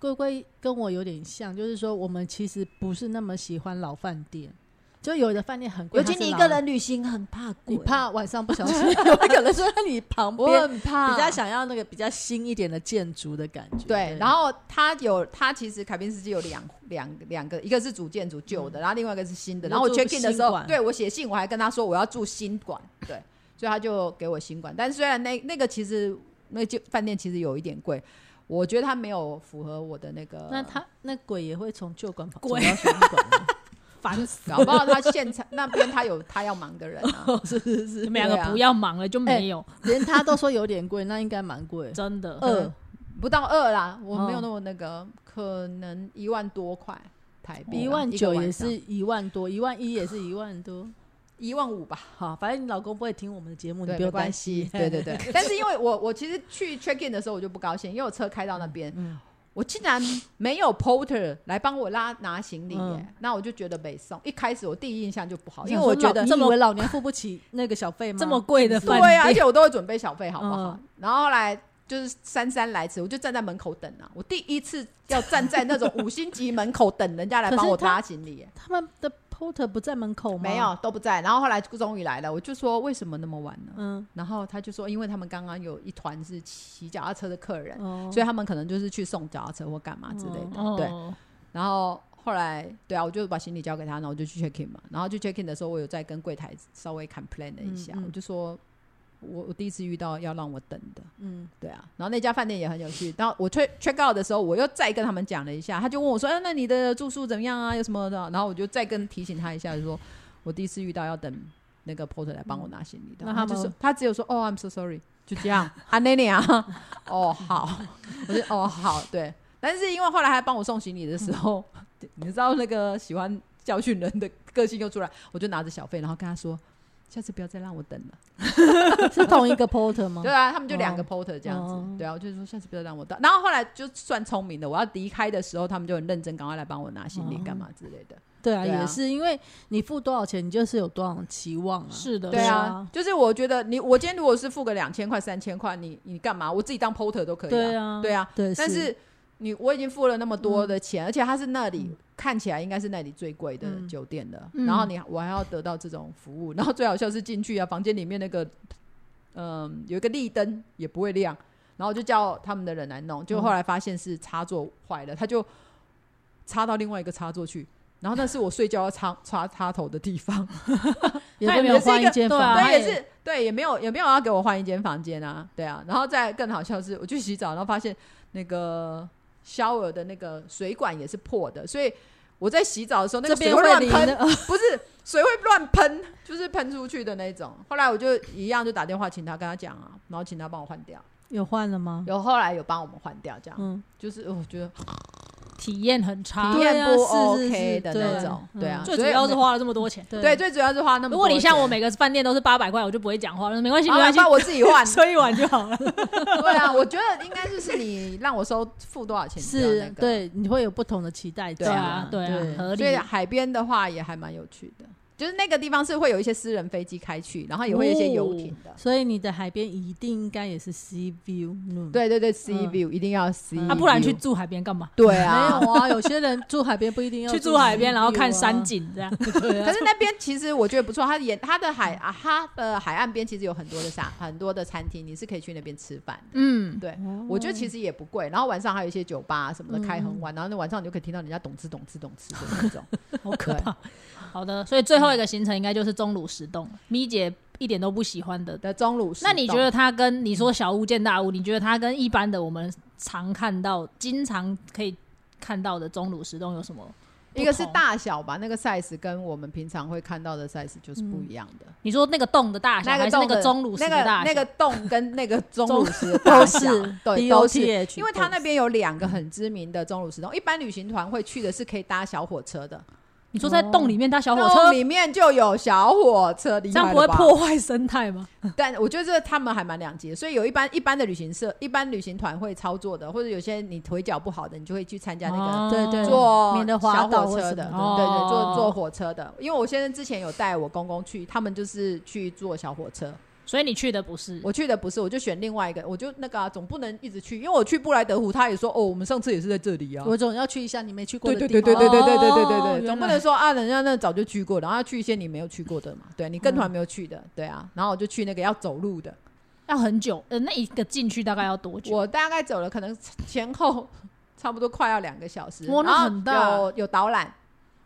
Speaker 2: 龟龟跟我有点像，就是说我们其实不是那么喜欢老饭店，就有的饭店很贵，
Speaker 5: 尤其
Speaker 2: 它是
Speaker 5: 你一
Speaker 2: 老
Speaker 5: 个，人旅行很怕鬼，
Speaker 2: 你怕晚上不小心，有可能说你旁
Speaker 3: 我
Speaker 2: 边
Speaker 3: 很怕
Speaker 2: 比较想要那个比较新一点的建筑的感觉。
Speaker 3: 嗯对，然后他有他其实凯宾斯基有两两两个，一个是主建筑旧
Speaker 2: 嗯
Speaker 3: 的，然后另外一个是新的。
Speaker 2: 你
Speaker 3: 然
Speaker 2: 就
Speaker 3: 后
Speaker 2: 住
Speaker 3: 我 check in 的时
Speaker 2: 新
Speaker 3: 候，
Speaker 2: 馆
Speaker 3: 对我写信我还跟他说我要住新馆，对，所以他就给我新馆。但虽然那那个其实那就饭店其实有一点贵，我觉得他没有符合我的那个。
Speaker 2: 那他那鬼也会从旧馆跑
Speaker 4: 鬼
Speaker 2: 走到新馆吗，
Speaker 4: 烦死，
Speaker 3: 搞不好他现场 那边他有他要忙的人
Speaker 2: 哦
Speaker 3: 啊，
Speaker 1: 你们两个
Speaker 3: 对啊啊哎
Speaker 1: 不要忙了，就没有，
Speaker 2: 连他都说有点贵，那应该蛮贵。
Speaker 1: 真的。
Speaker 3: 嗯
Speaker 2: 二
Speaker 3: 不到二啦，我没有
Speaker 1: 哦
Speaker 3: 那么那个，可能一万多块台币吧，
Speaker 2: 一万
Speaker 3: 个
Speaker 2: 九
Speaker 3: 晚
Speaker 2: 也
Speaker 3: 上
Speaker 2: 是哦一万多，一万一也是一万多。
Speaker 3: 一万五吧。
Speaker 2: 好，反正你老公不会听我们的节哦目，你
Speaker 3: 对，
Speaker 2: 不
Speaker 3: 没
Speaker 2: 用担
Speaker 3: 关
Speaker 2: 心
Speaker 3: 系。。对 对对， 但是因为我我其实去 check in 的时候我就不高兴，因为我车开到那边，
Speaker 2: 嗯
Speaker 3: 我竟然没有 porter 来帮我拉拿行李耶，
Speaker 2: 嗯
Speaker 3: 那我就觉得北送。一开始我第一印象就不好，
Speaker 2: 我
Speaker 3: 因
Speaker 2: 想说
Speaker 3: 为我觉
Speaker 2: 老
Speaker 3: 得
Speaker 2: 你以为老娘付不起那个小费吗？
Speaker 4: 这么贵的饭
Speaker 3: 对啊，而
Speaker 4: 店，
Speaker 3: 且我都会准备小费，好不好？
Speaker 2: 嗯
Speaker 3: 然后后来。就是姗姗来迟，我就站在门口等啊！我第一次要站在那种五星级门口等人家来
Speaker 2: 可是
Speaker 3: 帮我
Speaker 2: 他
Speaker 3: 拉行李耶，
Speaker 2: 他们的 porter 不在门口吗？
Speaker 3: 没有，都不在。然后后来终于来了，我就说为什么那么晚呢？
Speaker 2: 嗯，
Speaker 3: 然后他就说，因为他们刚刚有一团是骑脚踏车的客人，
Speaker 2: 哦，
Speaker 3: 所以他们可能就是去送脚踏车或干嘛之类的。对，
Speaker 1: 哦
Speaker 3: 然后后来对啊，我就把行李交给他，然后我就去 check in 嘛。然后去 check in 的时候，我有在跟柜台稍微 complain 了一下，
Speaker 2: 嗯嗯
Speaker 3: 我就说。我我第一次遇到要让我等的，
Speaker 2: 嗯，
Speaker 3: 对啊，然后那家饭店也很有趣。然后我 check check out 的时候，我又再跟他们讲了一下，他就问我说：“哎，那你的住宿怎么样啊？有什么的？”然后我就再跟提醒他一下，就说我第一次遇到要等那个 porter 来帮我拿行李的。
Speaker 2: 那
Speaker 3: 他
Speaker 2: 他
Speaker 3: 就
Speaker 2: 们
Speaker 3: 说他只有说：“哦，I'm so sorry。”就这样，啊，那你啊， 哦好，我就哦好，对。但是因为后来他帮我送行李的时候， 你知道那个喜欢教训人的个性又出来，我就拿着小费，然后跟他说：“下次不要再让我等了。”
Speaker 2: 是同一个 porter 吗
Speaker 3: 对？啊，他们就
Speaker 2: 哦
Speaker 3: 两个 porter 这样子。
Speaker 2: 哦
Speaker 3: 对啊，我就说下次不要让我到。然后后来就算聪明的，我要离开的时候，他们就很认真，赶快来帮我拿行李干嘛之类的。
Speaker 2: 对啊，
Speaker 3: 对啊
Speaker 2: 也是因为你付多少钱，你就是有多少期望啊。
Speaker 1: 是的，
Speaker 3: 对
Speaker 1: 是的
Speaker 3: 啊，就是我觉得你我今天如果是付个两千块、三千块，你你干嘛？我自己当 porter 都可以、
Speaker 2: 对
Speaker 3: 啊。
Speaker 2: 啊，
Speaker 3: 对啊，
Speaker 2: 对，
Speaker 3: 但是你我已经付了那么多的钱，而且它是那里、看起来应该是那里最贵的
Speaker 2: 嗯
Speaker 3: 酒店的，
Speaker 1: 嗯
Speaker 3: 然后你我还要得到这种服务，然后最好笑是进去啊，房间里面那个嗯、有一个立灯也不会亮，然后就叫他们的人来弄，就后来发现是插座坏了，他就插到另外一个插座去。然后那是我睡觉要插插插头的地方，
Speaker 2: 也
Speaker 1: 他
Speaker 2: 都
Speaker 1: 也
Speaker 2: 没
Speaker 1: 没有
Speaker 2: 有换
Speaker 3: 是一
Speaker 2: 一
Speaker 3: 个
Speaker 2: 间
Speaker 1: 对
Speaker 2: 房
Speaker 1: 啊
Speaker 2: 间，
Speaker 1: 他
Speaker 3: 对，也
Speaker 1: 也
Speaker 3: 是对，也没有也没有要给我换一间房间啊，对啊。然后再更好笑是，我去洗澡，然后发现那个 shower 的那个水管也是破的，所以我在洗澡的时候，那个
Speaker 2: 这
Speaker 3: 水
Speaker 2: 边
Speaker 3: 会
Speaker 2: 会
Speaker 3: 乱
Speaker 2: 淋
Speaker 3: 喷，
Speaker 2: 的，
Speaker 3: 不是水会乱喷，就是喷出去的那种。后来我就一样就打电话请他跟他讲啊，然后请他帮我换掉，
Speaker 2: 有换了吗？
Speaker 3: 有后来有帮我们换掉，这样、
Speaker 2: 嗯，
Speaker 3: 就是我觉得
Speaker 1: 体验很差
Speaker 3: 体，
Speaker 2: 对啊
Speaker 3: 验不
Speaker 2: 是是是
Speaker 3: OK 的
Speaker 2: 对
Speaker 3: 那种，对啊，
Speaker 1: 嗯最主
Speaker 3: 所以
Speaker 1: 要是
Speaker 3: 每
Speaker 1: 花了这么多钱。
Speaker 2: 对
Speaker 3: 对，最主要是花那么多钱。
Speaker 1: 如果你像我每个饭店都是八百块，我就不会讲话了。没关系，
Speaker 3: 好
Speaker 1: 没
Speaker 3: 啦，
Speaker 1: 关系
Speaker 3: 那，我自己换，
Speaker 4: 睡一晚就好了。
Speaker 3: 对啊，我觉得应该就是你让我收付多少钱比较那个、
Speaker 2: 是，对，你会有不同的期待值
Speaker 3: 对
Speaker 1: 啊
Speaker 2: 啊，，
Speaker 1: 对啊，合理
Speaker 3: 所以。海边的话也还蛮有趣的，就是那个地方是会有一些私人飞机开去，然后也会有一些游艇的。
Speaker 2: 所以你的海边一定应该也是 sea view noon。
Speaker 3: 对对对，Sea
Speaker 2: 嗯
Speaker 3: View、一定要 Sea，
Speaker 2: 嗯
Speaker 1: 啊，不然去
Speaker 3: view
Speaker 1: 住海边干嘛？
Speaker 3: 对啊
Speaker 2: 没。有啊，有些人住海边不一定要
Speaker 1: 去住海边，
Speaker 2: sea
Speaker 1: 然后看
Speaker 2: view 啊
Speaker 1: 山。景这样。
Speaker 2: 对
Speaker 3: 可
Speaker 2: 啊，
Speaker 3: 是那边其实我觉得不错，它的沿它的海啊，它的海岸边其实有很多的餐很多的餐厅，你是可以去那边吃饭的。
Speaker 1: 嗯，
Speaker 3: 对，我觉得其实也不贵，然后晚上还有一些酒吧什么的开很晚，然后那晚上你就可以听到人家懂吃懂吃懂吃的那种，
Speaker 1: 好可怕。好的，所以最后一个行程应该就是钟乳石洞了，咪姐一点都不喜欢的。
Speaker 3: 的钟乳石洞。
Speaker 1: 那你觉得它跟你说小巫见大巫，你觉得它跟一般的我们常看到、经常可以看到的钟乳石洞有什么？
Speaker 3: 一个是，大小吧，那个 size 跟我们平常会看到的 size 就是不一样的。
Speaker 1: 你说那个洞的大啊小，还
Speaker 3: 那个
Speaker 1: 是
Speaker 3: 洞
Speaker 1: 那
Speaker 3: 的
Speaker 1: 个钟乳石
Speaker 3: 那
Speaker 1: 的
Speaker 3: 个
Speaker 1: 大小？
Speaker 3: 那个洞跟那个钟乳石的大
Speaker 2: 都
Speaker 3: 小
Speaker 2: 是
Speaker 3: 对
Speaker 2: D
Speaker 3: 都
Speaker 2: O
Speaker 3: 是
Speaker 2: T，H，
Speaker 3: 因为它那边有两个很知名的钟乳石洞，一般旅行团会去的是可以搭小火车的，
Speaker 1: 你说在洞里面搭小火
Speaker 3: 洞
Speaker 1: 车，
Speaker 3: 里面就有小火车，厉
Speaker 4: 这样
Speaker 3: 害
Speaker 4: 不会
Speaker 3: 了吧？
Speaker 4: 破坏生态吗？
Speaker 3: 但我觉得这他们还蛮两极的，所以有一般一般的旅行社、一般旅行团会操作的，或者有些你腿脚不好的，你就会去参加那个
Speaker 1: 哦
Speaker 2: 对对
Speaker 3: 坐
Speaker 2: 嗯免得滑
Speaker 3: 小
Speaker 2: 倒
Speaker 3: 火
Speaker 2: 或
Speaker 3: 车
Speaker 2: 什
Speaker 3: 的，
Speaker 2: 么
Speaker 1: 的
Speaker 3: 对对，坐
Speaker 1: 哦
Speaker 3: 坐火车的。因为我先生之前有带我公公去，他们就是去坐小火车，
Speaker 1: 所以你去的不是
Speaker 3: 我去的不是，我就选另外一个，我就那个、啊、总不能一直去，因为我去布莱德湖，他也说哦，我们上次也是在这里啊。
Speaker 2: 我总要去一下你没去过
Speaker 3: 对
Speaker 2: 的地
Speaker 3: 对
Speaker 2: 方。
Speaker 3: 对对对对对对对
Speaker 1: 哦
Speaker 3: 对对，
Speaker 1: 原
Speaker 3: 总不
Speaker 1: 来
Speaker 3: 能说啊，人家那早就去过，然后要去一些你没有去过的嘛，对你跟团没有去的，对啊，然后我就去那个要走路的，
Speaker 1: 要很久，呃，那一个进去大概要多久？
Speaker 3: 我大概走了可能前后 差不多快要两个小时，
Speaker 1: 哇那
Speaker 3: 然后
Speaker 1: 很大
Speaker 3: 有有导览，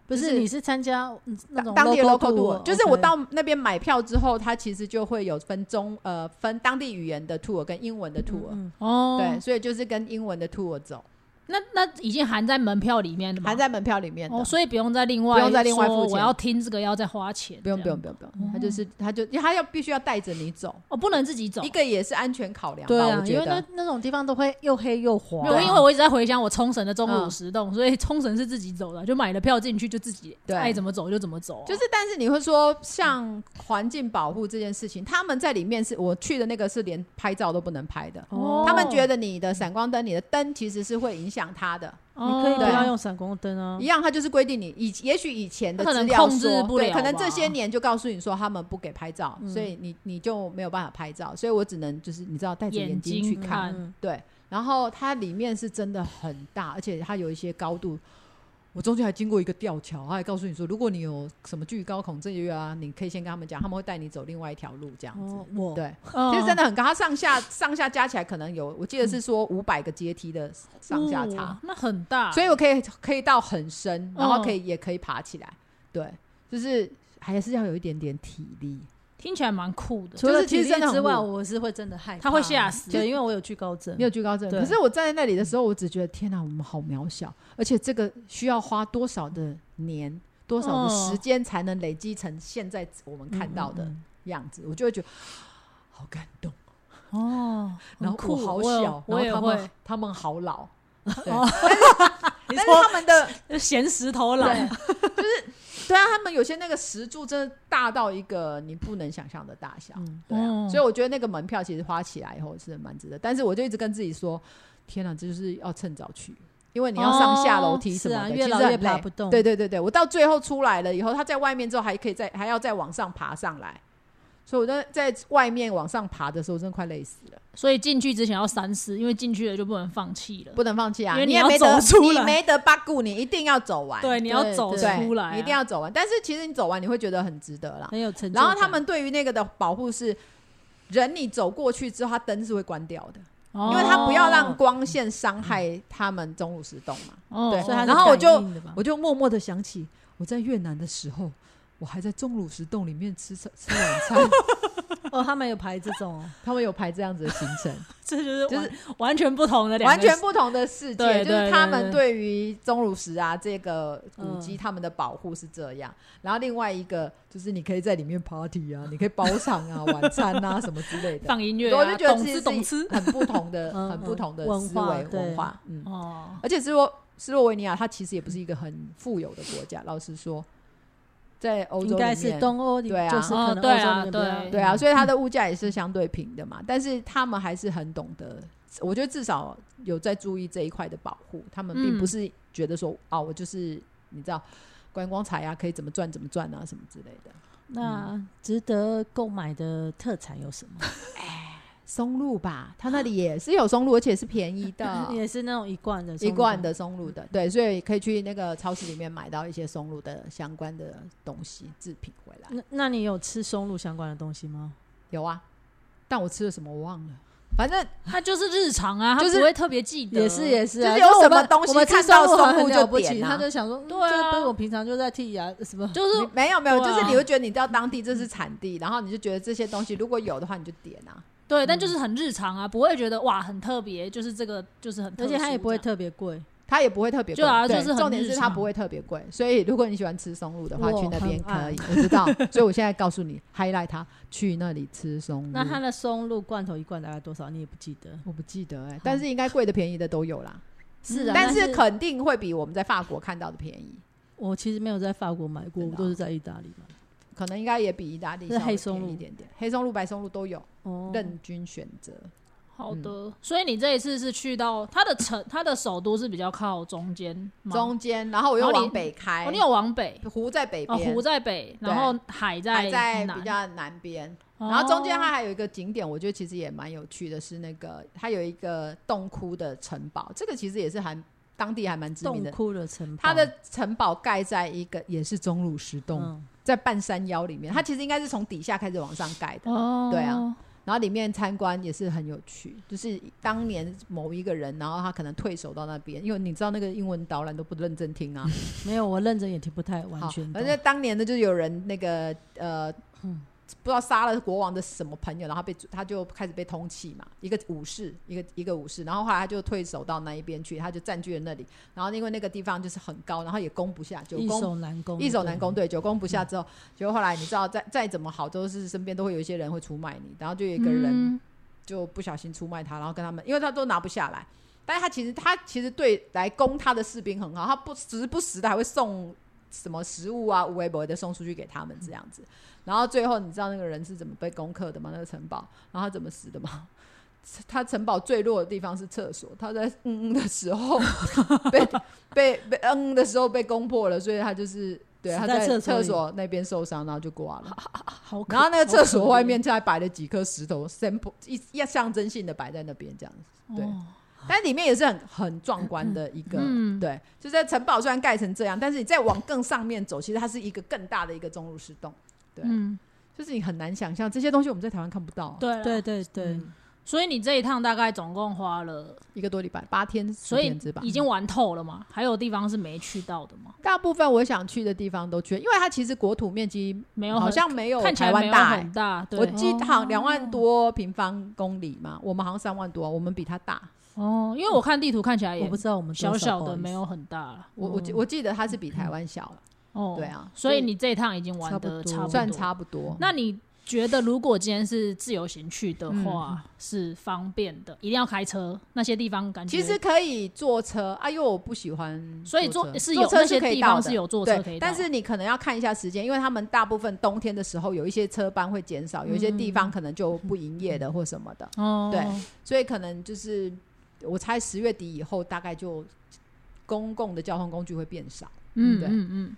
Speaker 2: 不
Speaker 3: 就是
Speaker 2: 你是参加嗯那种
Speaker 3: 当当地的
Speaker 2: local
Speaker 3: local tour，就是我
Speaker 2: OK
Speaker 3: 到那边买票之后，它其实就会有分中呃分当地语言的 tour 跟英文的 tour，
Speaker 2: 嗯
Speaker 1: 哦，
Speaker 3: 对，，所以就是跟英文的 tour 走，
Speaker 1: 那那已经含在门票里面的吗？
Speaker 3: 还在门票里面的
Speaker 1: 哦，，所以不用再另外
Speaker 3: 不用再另外
Speaker 1: 说
Speaker 3: 付钱
Speaker 1: 我要听这个要再花钱，
Speaker 3: 不用不
Speaker 1: 这样
Speaker 3: 用不用不用，他就是他就因为他要必须要带着你走，
Speaker 1: 哦，不能自己走
Speaker 3: 一。个也是安全考量吧，
Speaker 2: 对啊因
Speaker 3: 我，觉
Speaker 2: 为
Speaker 3: 得
Speaker 2: 那。那种地方都会又黑又滑
Speaker 1: 没
Speaker 3: 对
Speaker 1: 有，
Speaker 3: 啊
Speaker 1: 因为我一直在回想我冲绳的中
Speaker 3: 嗯
Speaker 1: 午石洞，所以冲绳是自己走的，就买了票进去就自己
Speaker 3: 对
Speaker 1: 爱怎么走就怎么走啊、
Speaker 3: 就是，但是你会说，像环境保护这件事情，他们在里面是我去的那个是连拍照都不能拍的，
Speaker 1: 哦
Speaker 3: 他们觉得你的闪光灯、你的灯其实是会影响它的。
Speaker 1: 哦
Speaker 2: 你可以不
Speaker 3: 对
Speaker 2: 要用闪光灯啊
Speaker 3: 一。样，它就是规定你以也许以前的
Speaker 1: 嗯它可
Speaker 3: 资
Speaker 1: 能
Speaker 3: 料
Speaker 1: 控制
Speaker 3: 说，
Speaker 1: 不
Speaker 3: 对，
Speaker 1: 了
Speaker 3: 可能
Speaker 1: 吧嗯
Speaker 3: 这些年就告诉你说他们不给拍照，所以你你就没有办法拍照，所以我只能就是你知道戴着
Speaker 1: 眼
Speaker 3: 眼睛
Speaker 1: 睛
Speaker 3: 去看，
Speaker 1: 看
Speaker 2: 嗯
Speaker 3: 对，然后它里面是真的很大，而且它有一些高度。我中间还经过一个吊桥，他还告诉你说，如果你有什么惧高恐惧啊，你可以先跟他们讲，他们会带你走另外一条路这样子。
Speaker 2: 哦，我
Speaker 3: 对，
Speaker 1: 嗯
Speaker 3: 其实真的很高，它上下上下加起来可能有，我记得是说五百个阶梯的上下差。
Speaker 1: 哇哦那很大，
Speaker 3: 所以我可以可以到很深，然后
Speaker 1: 嗯
Speaker 3: 可以、也可以爬起来，对，就是还是要有一点点体力。
Speaker 1: 听起来蛮酷的。
Speaker 2: 除了
Speaker 3: 就是其
Speaker 2: 体
Speaker 3: 实
Speaker 2: 力
Speaker 3: 真的很
Speaker 2: 之外，
Speaker 3: 无
Speaker 2: 我是会真的害怕，
Speaker 1: 它会吓死
Speaker 2: 对，因为我有惧高
Speaker 1: 嗯
Speaker 2: 症
Speaker 3: 你。有惧高症，
Speaker 2: 对
Speaker 3: 可是我站在那里的时候，我只觉得天哪，我们好渺小，而且这个需要花多少的年、多少的时间才能累积成现在我们看到
Speaker 1: 嗯
Speaker 3: 的样子，我就会觉得好感动。
Speaker 1: 哦，
Speaker 3: 然后
Speaker 1: 很
Speaker 3: 我
Speaker 1: 酷
Speaker 3: 好
Speaker 1: 我有
Speaker 3: 小，
Speaker 1: 我也
Speaker 3: 然后他们
Speaker 1: 会
Speaker 3: 他们好老，对
Speaker 1: 你
Speaker 3: 但是他们的
Speaker 1: 说咸石头狼，
Speaker 3: 对啊，他们有些那个石柱真的大到一个你不能想象的大小，
Speaker 2: 嗯
Speaker 3: 对啊，
Speaker 1: 哦
Speaker 3: 所以我觉得那个门票其实花起来以后是蛮值得，但是我就一直跟自己说，天哪，这就是要趁早去，因为你要上下楼梯
Speaker 2: 是
Speaker 3: 什么的，
Speaker 1: 哦
Speaker 2: 啊，
Speaker 3: 其
Speaker 2: 越
Speaker 3: 实
Speaker 2: 老
Speaker 3: 很
Speaker 2: 越爬
Speaker 3: 累
Speaker 2: 不动。
Speaker 3: 对对对对，我到最后出来了以后，他在外面之后还可以再还要再往上爬上来，所以我在在外面往上爬的时候，真的快累死了，
Speaker 1: 所以进去之前要三思，因为进去了就不能放弃了。
Speaker 3: 不能放弃啊，
Speaker 1: 因为
Speaker 3: 你
Speaker 1: 你
Speaker 3: 也
Speaker 1: 要
Speaker 3: 没得
Speaker 1: 走出
Speaker 3: 你
Speaker 1: 来
Speaker 3: 没得八顾，你一定要走完，
Speaker 1: 对，你要走
Speaker 2: 对
Speaker 3: 对，
Speaker 1: 出来啊、
Speaker 3: 你一定要走完。但是其实你走完你会觉得很值得啦，
Speaker 2: 很有成就
Speaker 3: 然
Speaker 2: 感。
Speaker 3: 后他们对于那个的保护是，人你走过去之后，它灯是会关掉的，
Speaker 1: 哦，
Speaker 3: 因为它不要让光线伤害他们钟乳石洞嘛。
Speaker 1: 哦
Speaker 3: 对
Speaker 2: 所以它是
Speaker 3: 然后我就
Speaker 2: 感应 的吧
Speaker 3: 我就默默的想起，我在越南的时候，我还在钟乳石洞里面吃吃晚餐。
Speaker 2: 哦，他们有排这种哦，
Speaker 3: 他们有排这样子的行程，
Speaker 1: 这就是
Speaker 3: 就
Speaker 1: 就是是完全不同的两个
Speaker 3: 完全不同的世界，
Speaker 1: 对
Speaker 3: 就是
Speaker 1: 对
Speaker 3: 他
Speaker 1: 对
Speaker 3: 们
Speaker 1: 对
Speaker 3: 对于钟乳石啊这个古迹，
Speaker 2: 嗯
Speaker 3: 他们的保护是这样。然后另外一个就是你可以在里面 party 啊，你可以包场啊、晚餐啊什么之类的。
Speaker 1: 放音乐、啊，
Speaker 3: 我就觉得
Speaker 1: 懂
Speaker 3: 自己
Speaker 1: 吃懂吃
Speaker 3: 很不 同的、
Speaker 2: 嗯
Speaker 3: 很不同的
Speaker 2: 嗯文
Speaker 3: 思
Speaker 2: 化
Speaker 3: 维
Speaker 2: 对
Speaker 3: 文化，嗯，
Speaker 1: 哦。
Speaker 3: 而且斯洛斯洛维尼亚它其实也不是一个很富有的国家，老实说，在欧洲
Speaker 2: 应
Speaker 3: 里
Speaker 2: 该
Speaker 3: 面
Speaker 2: 是东嗯欧，
Speaker 3: 对啊
Speaker 2: 就是可能
Speaker 1: 哦对
Speaker 2: 欧洲
Speaker 1: 啊
Speaker 2: 那边比较
Speaker 1: 对
Speaker 3: 对啊，所以它的物价也是相对平的嘛，但是他们还是很懂得，我觉得至少有在注意这一块的保护，他们并
Speaker 1: 嗯
Speaker 3: 不是觉得说、啊，我就是你知道观光财啊，可以怎么赚怎么赚啊什么之类的。
Speaker 2: 那值得购买的特产有什么？
Speaker 3: 松露吧，它那里也是有松露，而且是便宜的
Speaker 2: ，也嗯是那种一罐的，
Speaker 3: 啊一罐。的松露的，对，所以可以去那个超市里面买到一些松露的相关的东西制品回来。
Speaker 2: 那那你有吃松露相关的东西吗？
Speaker 3: 有啊，但我吃了什么我忘了，反正
Speaker 1: 它就是日常啊，它
Speaker 3: 就是
Speaker 1: 不会特别记得，
Speaker 2: 也是也是啊，
Speaker 3: 就是
Speaker 2: 因
Speaker 3: 有
Speaker 2: 为
Speaker 3: 什
Speaker 2: 我
Speaker 3: 么
Speaker 2: 们
Speaker 3: 东西
Speaker 2: 我们
Speaker 3: 看
Speaker 2: 吃
Speaker 3: 到
Speaker 2: 松露
Speaker 3: 松
Speaker 2: 很
Speaker 3: 露
Speaker 2: 了
Speaker 3: 就
Speaker 2: 不起，
Speaker 3: 点啊
Speaker 2: 他就想说，嗯
Speaker 1: 对啊
Speaker 2: 这不是我平常就在剔牙什么。
Speaker 1: 就是
Speaker 3: 没有没有，
Speaker 1: 对
Speaker 3: 就
Speaker 1: 啊
Speaker 3: 是你会觉得你到当地这是产地，然后你就觉得这些东西如果有的话你就点啊，
Speaker 1: 对，但就是很日常啊，不会觉得哇很特别，就是这个就是很特
Speaker 2: 而
Speaker 1: 殊这
Speaker 2: 且
Speaker 1: 样，
Speaker 2: 它也不会特别贵，
Speaker 3: 它也不会特别贵，
Speaker 1: 对啊
Speaker 3: 对
Speaker 1: 就是很
Speaker 3: 重点是
Speaker 1: 日
Speaker 3: 它
Speaker 1: 常
Speaker 3: 不会特别贵，所以如果你喜欢吃松露的话，
Speaker 2: 我
Speaker 3: 去那边
Speaker 2: 很爱
Speaker 3: 可以，我知道，所以我现在告诉你 highlight 它，去那里吃松露。
Speaker 2: 那它的松露罐头一罐大概多少？你也不记得。
Speaker 3: 我不记得哎、但是应该贵的便宜的都有 啦，
Speaker 2: 是啊，但
Speaker 3: 但是肯定会比我们在法国看到的便宜。
Speaker 2: 我其实没有在法国买过，
Speaker 3: 真
Speaker 2: 我
Speaker 3: 的啊
Speaker 2: 都是在意大利买。
Speaker 3: 可能应该也比意大利
Speaker 2: 是
Speaker 3: 稍微
Speaker 2: 黑松
Speaker 3: 便宜
Speaker 2: 露
Speaker 3: 一点点，黑松露、白松露都有，
Speaker 2: 哦，
Speaker 3: 任君选择。
Speaker 1: 好的、
Speaker 3: 嗯
Speaker 1: 所以你这一次是去到它的城，它的首都是比较靠中间吗，
Speaker 3: 中间，然后我又
Speaker 1: 然后你
Speaker 3: 往北开，
Speaker 1: 哦，你有往北
Speaker 3: 湖在北
Speaker 1: 哦，
Speaker 3: 边，
Speaker 1: 湖在北，然后海在
Speaker 3: 还在
Speaker 1: 南
Speaker 3: 比较南边，
Speaker 1: 哦
Speaker 3: 然后中间它还有一个景点，我觉得其实也蛮有趣的，是那个它有一个洞窟的城堡，这个其实也是还当地还蛮知名
Speaker 2: 洞
Speaker 3: 的。
Speaker 2: 窟的城堡，
Speaker 3: 它的城堡盖在一个也是钟乳石洞，
Speaker 2: 嗯
Speaker 3: 在半山腰里面，它其实应该是从底下开始往上盖的。
Speaker 1: 哦，
Speaker 3: 对啊，然后里面参观也是很有趣，就是当年某一个人，然后他可能退守到那边，因为你知道那个英文导览都不认真听啊，
Speaker 2: 没有，我认真也听不太完
Speaker 3: 好，
Speaker 2: 全懂。嗯
Speaker 3: 反正当年呢，就有人那个呃，不知道杀了国王的什么朋友，然后被他就开始被通缉嘛，一个武士，一个一个武士，然后后来他就退守到那一边去，他就占据了那里，然后因为那个地方就是很高，然后也攻不下，久
Speaker 2: 易
Speaker 3: 攻
Speaker 2: 守嗯难攻，
Speaker 3: 易守难攻，对，久攻不下之后，结果后来你知道，再再怎么好，都是身边都会有一些人会出卖你，然后就有一个人。
Speaker 1: 嗯
Speaker 3: 就不小心出卖他，然后跟他们，因为他都拿不下来。但是他其实他其实对来攻他的士兵很好，他不时不时的还会送什么食物啊、无微博的送出去给他们这样子。然后最后你知道那个人是怎么被攻克的吗？那个城堡，然后他怎么死的吗？他城堡最弱的地方是厕所，他在嗯嗯的时候 被被被嗯的时候被攻破了，所以他就是对
Speaker 2: 死
Speaker 3: 他
Speaker 2: 在
Speaker 3: 在
Speaker 2: 厕所
Speaker 3: 厕
Speaker 2: 里
Speaker 3: 所那边受伤，然后就挂了。
Speaker 2: 好可
Speaker 3: 然后那个厕所外面就还摆了几颗石头，sample 一要象征性的摆在那边这样子，
Speaker 1: 哦
Speaker 3: 对。但里面也是很很壮观的一个，
Speaker 1: 嗯
Speaker 3: 对，就在城堡虽然盖成这样，但是你再往更上面走，其实它是一个更大的一个钟乳石洞，对
Speaker 1: 嗯，
Speaker 3: 就是你很难想象这些东西我们在台湾看不到、
Speaker 1: 对啦
Speaker 2: 对对对，
Speaker 3: 嗯
Speaker 1: 所以你这一趟大概总共花了，
Speaker 3: 一个多礼拜，八天，十
Speaker 1: 所以
Speaker 3: 天之吧，
Speaker 1: 已经玩透了嘛？还有地方是没去到的吗？
Speaker 3: 大部分我想去的地方都去了，因为它其实国土面积
Speaker 1: 没有很，
Speaker 3: 好像没有
Speaker 1: 看起来
Speaker 3: 台
Speaker 1: 没
Speaker 3: 湾
Speaker 1: 有
Speaker 3: 大、欸
Speaker 1: 很大，
Speaker 3: 我
Speaker 1: 对哦
Speaker 3: 记得好像两万多平方公里嘛，我们好像三万多，我们比它大。
Speaker 1: 哦，因为我看地图看起来
Speaker 2: 我
Speaker 1: 也
Speaker 2: 不知道我们多
Speaker 1: 小
Speaker 2: 少
Speaker 1: 小
Speaker 2: 不好
Speaker 1: 的，
Speaker 2: 意思
Speaker 1: 没有很大了。
Speaker 3: 我我记我记得它是
Speaker 1: 嗯
Speaker 3: 比台湾小，
Speaker 1: 哦，
Speaker 3: 对啊
Speaker 1: 所
Speaker 3: 所
Speaker 1: 以
Speaker 3: 以
Speaker 1: 你这一趟已经玩的嗯差不
Speaker 2: 差不多
Speaker 1: 多，
Speaker 3: 算差不多。
Speaker 1: 那你觉得，如果今天是自由行去的
Speaker 3: 嗯
Speaker 1: 话，是方便的，一定要开车？那些地方感觉
Speaker 3: 其实，可以坐车，啊，因为我不喜欢，
Speaker 1: 所以
Speaker 3: 坐
Speaker 1: 坐
Speaker 3: 车
Speaker 1: 是有
Speaker 3: 坐
Speaker 1: 那
Speaker 3: 车
Speaker 1: 些
Speaker 3: 可以
Speaker 1: 地
Speaker 3: 到
Speaker 1: 方
Speaker 3: 的
Speaker 1: 是有坐车可
Speaker 3: 对
Speaker 1: 以，到，
Speaker 3: 但是你可能要看一下时间，因为他们大部分冬天的时候有一些车班会减少，有一些地
Speaker 1: 嗯
Speaker 3: 方可能就不营业的或什么的，
Speaker 1: 哦，
Speaker 3: 对所以可能就是我猜十月底以后大概就公共的交通工具会变少。
Speaker 1: 嗯
Speaker 3: 对
Speaker 1: 嗯嗯，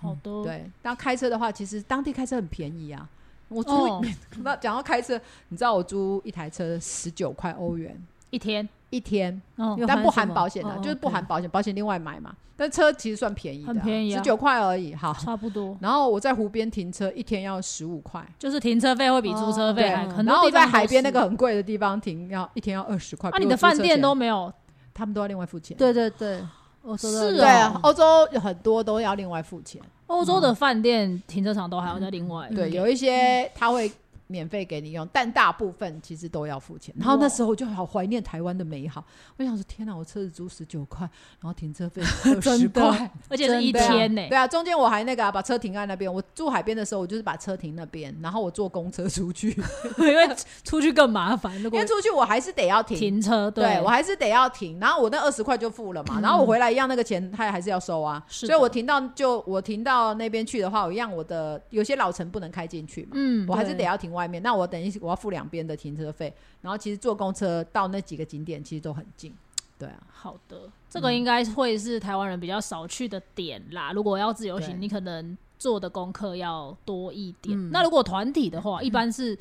Speaker 1: 好多，
Speaker 3: 对，那开车的话，其实当地开车很便宜啊。我租、
Speaker 1: 哦
Speaker 3: 那讲到开车，你知道我租一台车十九块欧元
Speaker 1: 一天，
Speaker 3: 一天，
Speaker 1: 哦，
Speaker 2: 有
Speaker 3: 但不
Speaker 2: 含
Speaker 3: 含
Speaker 2: 什么
Speaker 3: 保险的、
Speaker 2: 哦
Speaker 3: 就是不
Speaker 2: ，OK
Speaker 3: 含保险，保险另外买嘛。但车其实算便宜的、
Speaker 1: 很便宜啊
Speaker 3: 十九块而已。好，
Speaker 1: 差不多，
Speaker 3: 然后我在湖边停车一天要十五块，
Speaker 1: 就是停车费会比租车费
Speaker 3: 哦
Speaker 1: 还
Speaker 2: 对
Speaker 1: 很多。
Speaker 3: 然后我在海边那个，很贵的地方停要一天要二十块。
Speaker 1: 啊，
Speaker 3: 比
Speaker 1: 你
Speaker 3: 我
Speaker 1: 的
Speaker 3: 租车
Speaker 1: 饭店
Speaker 3: 钱
Speaker 1: 都没有，
Speaker 3: 他们都要另外付钱。
Speaker 2: 对对对，我说的
Speaker 1: 是
Speaker 3: 对
Speaker 1: 哦
Speaker 3: 啊，欧洲有很多都要另外付钱。
Speaker 1: 欧洲的饭店停车场都还要再另外
Speaker 3: 嗯对，
Speaker 1: 给
Speaker 3: 有一些他会免费给你用，但大部分其实都要付钱。然后那时候我就好怀念台湾的美好，我想说天哪，我车子租十九块，然后停车 费二十
Speaker 2: 真的
Speaker 3: 块，
Speaker 1: 而且是一
Speaker 3: 对啊
Speaker 1: 天呢
Speaker 3: 对，啊，中间我还那个、啊、把车停在那边。我住海边的时候，我就是把车停那边，然后我坐公车 出去，
Speaker 1: 因为出去更麻烦，如
Speaker 3: 因
Speaker 1: 果
Speaker 3: 为出去我还是得要停。
Speaker 1: 停车，
Speaker 3: 对我还是得要停，然后我那二十块就付了嘛，然后我回来一样那个钱他还是要收啊，
Speaker 1: 嗯是
Speaker 3: 所
Speaker 1: 的
Speaker 3: 以我停到就我停到那边去的话，我一样我的有些老城不能开进去嘛，
Speaker 1: 嗯，
Speaker 3: 我还是
Speaker 1: 对
Speaker 3: 得要停外面。那我等于我要付两边的停车费，然后其实坐公车到那几个景点其实都很近。对啊，
Speaker 1: 好的，这个应该会是台湾人比较少去的点啦。如果要自由
Speaker 3: 对
Speaker 1: 行，你可能做的功课要多一点。
Speaker 2: 嗯
Speaker 1: 那如果团体的话，一般是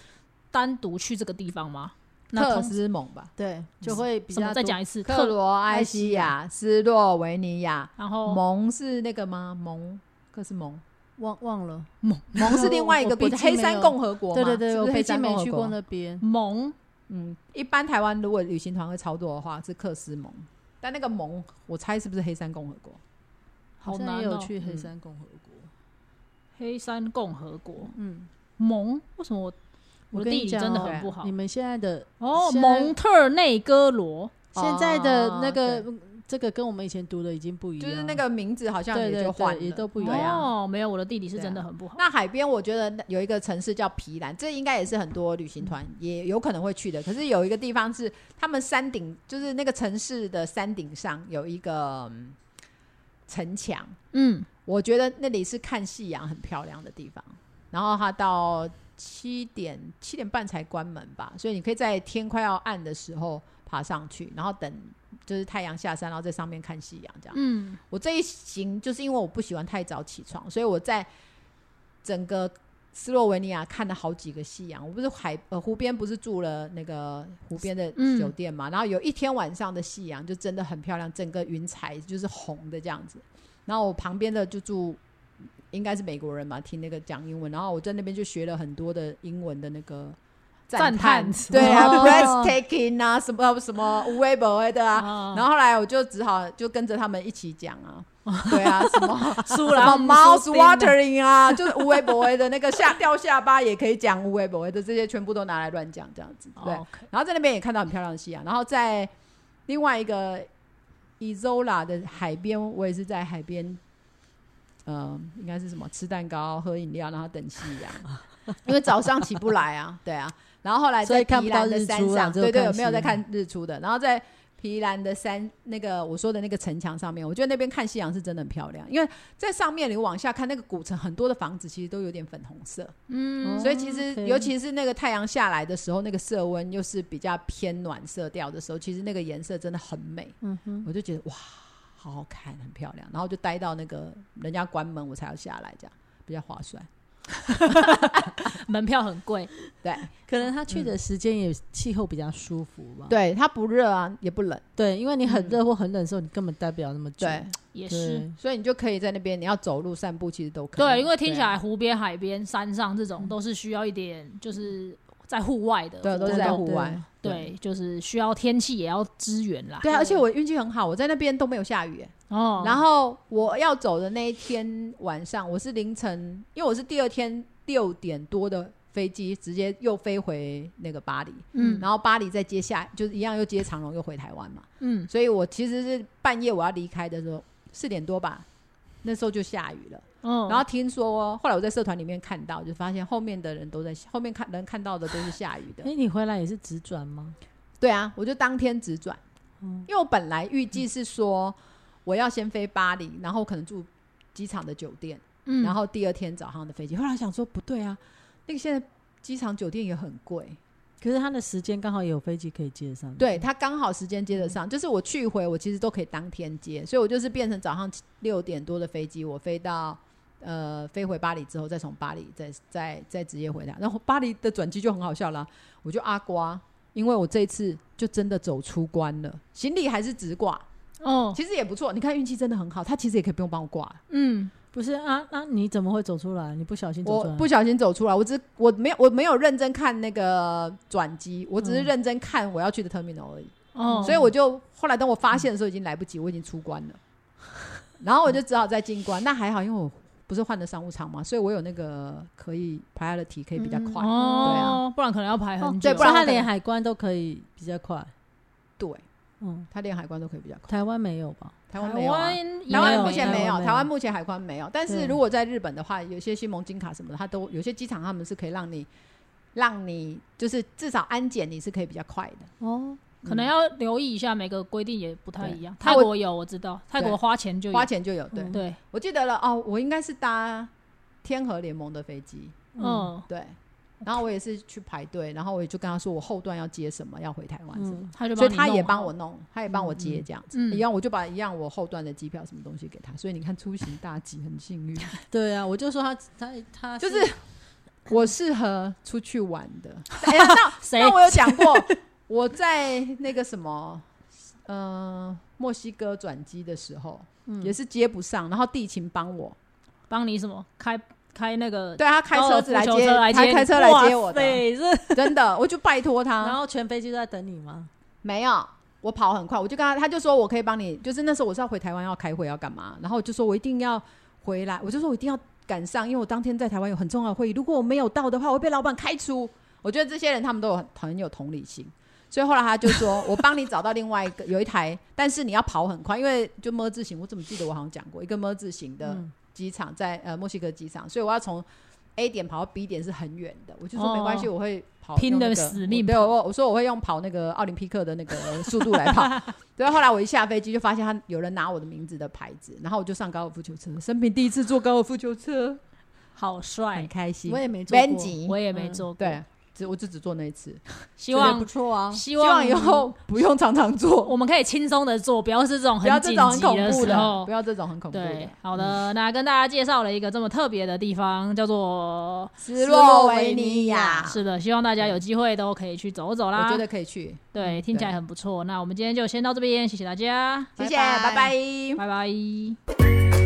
Speaker 1: 单独去这个地方吗？那
Speaker 3: 克
Speaker 1: 通
Speaker 3: 斯蒙吧，
Speaker 2: 对，就会比
Speaker 1: 什
Speaker 2: 较
Speaker 1: 么？再
Speaker 2: 多
Speaker 1: 讲一次，
Speaker 3: 克
Speaker 1: 特，
Speaker 3: 罗埃西亚、斯洛维尼亚，
Speaker 1: 然
Speaker 2: 哦
Speaker 1: 后
Speaker 3: 蒙是那个吗？蒙克斯蒙，
Speaker 2: 忘忘了，
Speaker 3: 蒙是另外一个国家，
Speaker 2: 啊我毕竟
Speaker 3: 黑
Speaker 2: 没有
Speaker 3: 山共和国
Speaker 2: 对
Speaker 3: 嘛
Speaker 2: 对对，
Speaker 3: 是不
Speaker 2: 我
Speaker 3: 是
Speaker 2: 北
Speaker 3: 黑山
Speaker 2: 京没
Speaker 3: 共和
Speaker 2: 去
Speaker 3: 国
Speaker 2: 过。那边，
Speaker 1: 蒙
Speaker 3: 嗯，一般台湾如果旅行团会操作的话是克斯蒙，但那个蒙我猜是不是黑山共和国？
Speaker 1: 好
Speaker 2: 像
Speaker 1: 难
Speaker 2: 也有
Speaker 1: 哦，
Speaker 2: 去黑
Speaker 3: 嗯
Speaker 2: 山共和国，
Speaker 1: 黑山共和国
Speaker 2: 嗯，
Speaker 1: 蒙，为什么我我
Speaker 2: 跟
Speaker 1: 地
Speaker 2: 你
Speaker 1: 理
Speaker 2: 讲
Speaker 1: 真的
Speaker 2: 哦
Speaker 1: 很不好
Speaker 2: 你？们现在的
Speaker 1: 哦，
Speaker 2: 现在
Speaker 1: 蒙特内哥罗，
Speaker 2: 现在的那个
Speaker 3: 哦
Speaker 2: 这个跟我们以前读的已经不一样，
Speaker 3: 就是那个名字好像
Speaker 2: 对
Speaker 3: 也
Speaker 2: 对
Speaker 3: 就换了，
Speaker 2: 对，也都不一
Speaker 3: 对啊
Speaker 2: 样。
Speaker 1: 哦，没有，我的地理是真的很不好。
Speaker 3: 那海边，我觉得有一个城市叫皮兰，这应该也是很多旅行团也有可能会去的。可是有一个地方是他们山顶，就是那个城市的山顶上有一个、嗯城墙，
Speaker 1: 嗯，
Speaker 3: 我觉得那里是看夕阳很漂亮的地方。然后它到七点七点半才关门吧，所以你可以在天快要暗的时候爬上去，然后等就是太阳下山，然后在上面看夕阳这样。
Speaker 1: 嗯，
Speaker 3: 我这一行就是因为我不喜欢太早起床，所以我在整个斯洛维尼亚看了好几个夕阳。我不是海呃湖边不是住了那个湖边的
Speaker 1: 嗯
Speaker 3: 酒店嘛，然后有一天晚上的夕阳就真的很漂亮，整个云彩就是红的这样子。然后我旁边的就住应该是美国人嘛，听那个讲英文，然后我在那边就学了很多的英文的那个。
Speaker 1: 赞叹词
Speaker 3: 对啊、
Speaker 1: 哦
Speaker 3: b r e a t h t a k i n g 啊，什么什么无微不微的啊，
Speaker 1: 啊
Speaker 3: 然后后来我就只好就跟着他们一起讲啊，
Speaker 1: 哦
Speaker 3: 对啊，什 么
Speaker 1: 苏
Speaker 3: 什么
Speaker 1: 拉
Speaker 3: mouse watering 啊，就是无微不微的那 个下掉下巴也可以讲无微不微的，这些全部都拿来乱讲这样子。对，
Speaker 1: OK，
Speaker 3: 然后在那边也看到很漂亮的夕阳，然后在另外一个 Isola 的海边，我也是在海边，呃，应该是什么吃蛋糕、喝饮料，然后等夕阳， 因为早上起不来啊，对啊。然后后来
Speaker 2: 所
Speaker 3: 在
Speaker 2: 以看
Speaker 3: 皮
Speaker 2: 不到
Speaker 3: 兰的
Speaker 2: 日
Speaker 3: 山
Speaker 2: 出啊
Speaker 3: 上，
Speaker 2: 只有
Speaker 3: 对对，
Speaker 2: 看
Speaker 3: 我没有
Speaker 2: 夕
Speaker 3: 在
Speaker 2: 阳
Speaker 3: 看日出的。然后在皮兰的山那个我说的那个城墙上面，我觉得那边看夕阳是真的很漂亮，因为在上面你往下看那个古城，很多的房子其实都有点粉红色。
Speaker 1: 嗯，
Speaker 3: 所以其实，
Speaker 2: OK
Speaker 3: 尤其是那个太阳下来的时候，那个色温又是比较偏暖色调的时候，其实那个颜色真的很美。
Speaker 2: 嗯哼，
Speaker 3: 我就觉得哇，好好看，很漂亮。然后就待到那个人家关门，我才要下来，这样比较划算。
Speaker 1: 门票很贵，
Speaker 3: 对，
Speaker 2: 可能他去的时间也气候比较舒服吧。
Speaker 3: 对，它不热啊，也不冷，
Speaker 2: 对，因为你很热或很冷的时候，你根本待不了那么久。
Speaker 3: 对，
Speaker 1: 也是。
Speaker 2: 对，
Speaker 3: 所以你就可以在那边，你要走路、散步，其实都可以。
Speaker 1: 对，因为听起
Speaker 3: 对啊
Speaker 1: 来湖边、海边、山上这种都是需要一点，就是在户外的活
Speaker 3: 对
Speaker 1: 动，
Speaker 3: 都是在
Speaker 2: 对
Speaker 3: 户
Speaker 2: 对
Speaker 3: 外。
Speaker 1: 对，就是需要天气也要支援啦。
Speaker 3: 对啊，而且我运气很好，我在那边都没有下雨、欸
Speaker 1: 哦，
Speaker 3: 然后我要走的那一天晚上，我是凌晨，因为我是第二天六点多的飞机，直接又飞回那个巴黎，
Speaker 1: 嗯
Speaker 3: 然后巴黎再接下，就是一样又接长荣又回台湾嘛，
Speaker 1: 嗯，
Speaker 3: 所以我其实是半夜我要离开的时候四点多吧，那时候就下雨了。
Speaker 1: 嗯，
Speaker 3: 然后听说，后来我在社团里面看到，就发现后面的人都在后面看能看到的都是下雨的
Speaker 2: 哎、。你回来也是直转吗？
Speaker 3: 对啊，我就当天直转，
Speaker 2: 嗯
Speaker 3: 因为我本来预计是说我要先飞巴黎，然后可能住机场的酒店，
Speaker 1: 嗯，
Speaker 3: 然后第二天早上的飞机。后来想说不对啊，那个现在机场酒店也很贵，
Speaker 2: 可是他的时间刚好也有飞机可以接上。
Speaker 3: 对，它刚好时间接得上，就是我去回我其实都可以当天接，所以我就是变成早上七六点多的飞机，我飞到。呃，飞回巴黎之后，再从巴黎再再再直接回来，然后巴黎的转机就很好笑啦，我就阿瓜，因为我这一次就真的走出关了，行李还是直挂，
Speaker 1: 哦，
Speaker 3: 其实也不错。你看运气真的很好，他其实也可以不用帮我挂，
Speaker 1: 嗯，
Speaker 2: 不是啊啊！你怎么会走出来？你不小心走
Speaker 3: 我
Speaker 2: 出来？
Speaker 3: 不小心走出来，我只我没有我没有认真看那个转机，我只是
Speaker 2: 嗯
Speaker 3: 认真看我要去的 terminal 而已。
Speaker 1: 哦，
Speaker 3: 所以我就后来等我发现的时候已经来不及，我已经出关 了，然后我就只好再进关。那还好，因为我不是换的商务舱嘛，所以我有那个可以 priority 可以比较快。对啊
Speaker 1: 哦，不然可能要排很久。
Speaker 3: 对不
Speaker 2: 所以
Speaker 3: 然
Speaker 2: 他
Speaker 3: 我可能
Speaker 2: 连海关都可以比较快。
Speaker 3: 对，
Speaker 2: 嗯，
Speaker 3: 他连海关都可以比较快。
Speaker 2: 台湾没有吧？
Speaker 3: 台湾没
Speaker 1: 台
Speaker 3: 有、啊。
Speaker 1: 湾
Speaker 3: 台湾目前
Speaker 2: 没
Speaker 3: 没有
Speaker 2: 有，没有
Speaker 3: 台湾嗯目前海关没有。但是
Speaker 2: 对
Speaker 3: 如果在日本的话，有些新盟金卡什么的，它都有些机场他们是可以让你，让你就是至少安检你是可以比较快的。
Speaker 2: 哦，
Speaker 1: 可能要留意一下，每个规定也不太一样。
Speaker 3: 嗯对
Speaker 1: 泰国有我知道，泰国花钱就有
Speaker 3: 花，钱就有。对，
Speaker 2: 嗯
Speaker 1: 对，
Speaker 3: 我记得了哦，我应该是搭天河联盟的飞机，
Speaker 1: 嗯，
Speaker 3: 对。然后我也是去排队，然后我也就跟他说我后段要接什么，要回台湾什么，
Speaker 2: 嗯
Speaker 1: 他就
Speaker 3: 所以
Speaker 1: 帮你
Speaker 3: 他
Speaker 1: 弄
Speaker 3: 也
Speaker 1: 好
Speaker 3: 帮我弄，他也帮我接这样子，
Speaker 1: 嗯
Speaker 3: 一样我就把一样我后段的机票什么东西给他，所以你看出行大吉，很幸运，
Speaker 2: 对啊，我就说他他他
Speaker 3: 就是是我适合出去玩的。哎呀，那
Speaker 1: 谁
Speaker 3: 那我有讲过，我在那个什么，呃，墨西哥转机的时候、
Speaker 1: 嗯
Speaker 3: 也是接不上，然后地勤帮我，
Speaker 1: 帮你什么开开那个
Speaker 3: 对他开车子来
Speaker 1: 高尔夫球
Speaker 3: 接，
Speaker 1: 车来接
Speaker 3: 他
Speaker 1: 你
Speaker 3: 开车来接我
Speaker 2: 哇
Speaker 3: 的，
Speaker 2: 塞是
Speaker 3: 真的，我就拜 托他，
Speaker 2: 啊然后全飞机都在等你吗？
Speaker 3: 没有，我跑很快，我就跟他，他就说我可以帮你，就是那时候我是要回台湾要开会要干嘛，然后我就说我一定要回来，我就说我一定要赶上，因为我当天在台湾有很重要的会议，如果我没有到的话，我会被老板开除。我觉得这些人他们都有很很有同理心，所以后来他就说我帮你找到另外一个有一台，但是你要跑很快，因为就么字形，我怎么记得我好像讲过一个么字形的
Speaker 2: 嗯
Speaker 3: 机场在呃墨西哥机场，所以我要从 A 点跑到 B 点是很远的，我就说没关系，
Speaker 1: 哦
Speaker 3: 我会跑
Speaker 1: 拼
Speaker 3: 用那
Speaker 1: 得
Speaker 3: 个
Speaker 1: 死命
Speaker 3: 对，我我说我会用跑那个奥林匹克的那个速度来跑。 对，后来我一下飞机就发现他有人拿我的名字的牌子，然后我就上高尔夫球车，生平第 一次坐高尔夫球车，
Speaker 1: 好帅
Speaker 3: 很，开心
Speaker 2: 我。也没坐过，
Speaker 3: 班级
Speaker 1: 我也没做过。
Speaker 3: 嗯对，只我就只做那一次，
Speaker 1: 希望
Speaker 2: 不错啊。
Speaker 1: 希
Speaker 3: 希望
Speaker 1: 望
Speaker 3: 以 后不用常常做，
Speaker 1: 我们可以轻松的做，不要是这种
Speaker 3: 不要
Speaker 1: 很
Speaker 3: 这
Speaker 1: 紧
Speaker 3: 种很
Speaker 1: 急
Speaker 3: 恐怖
Speaker 1: 时
Speaker 3: 的，
Speaker 1: 候
Speaker 3: 不。要这种很恐怖的嗯
Speaker 1: 对。，好的，那跟大家介绍了一个这么特别的地方，叫做
Speaker 3: 斯洛维尼亚，
Speaker 1: 是的，希望大家有机会都可以去走走啦。
Speaker 3: 我觉得可嗯以去，
Speaker 1: 对，听起来很不错。那我们今天就先到这边，谢谢大家，
Speaker 3: 谢谢，拜拜
Speaker 1: 拜拜。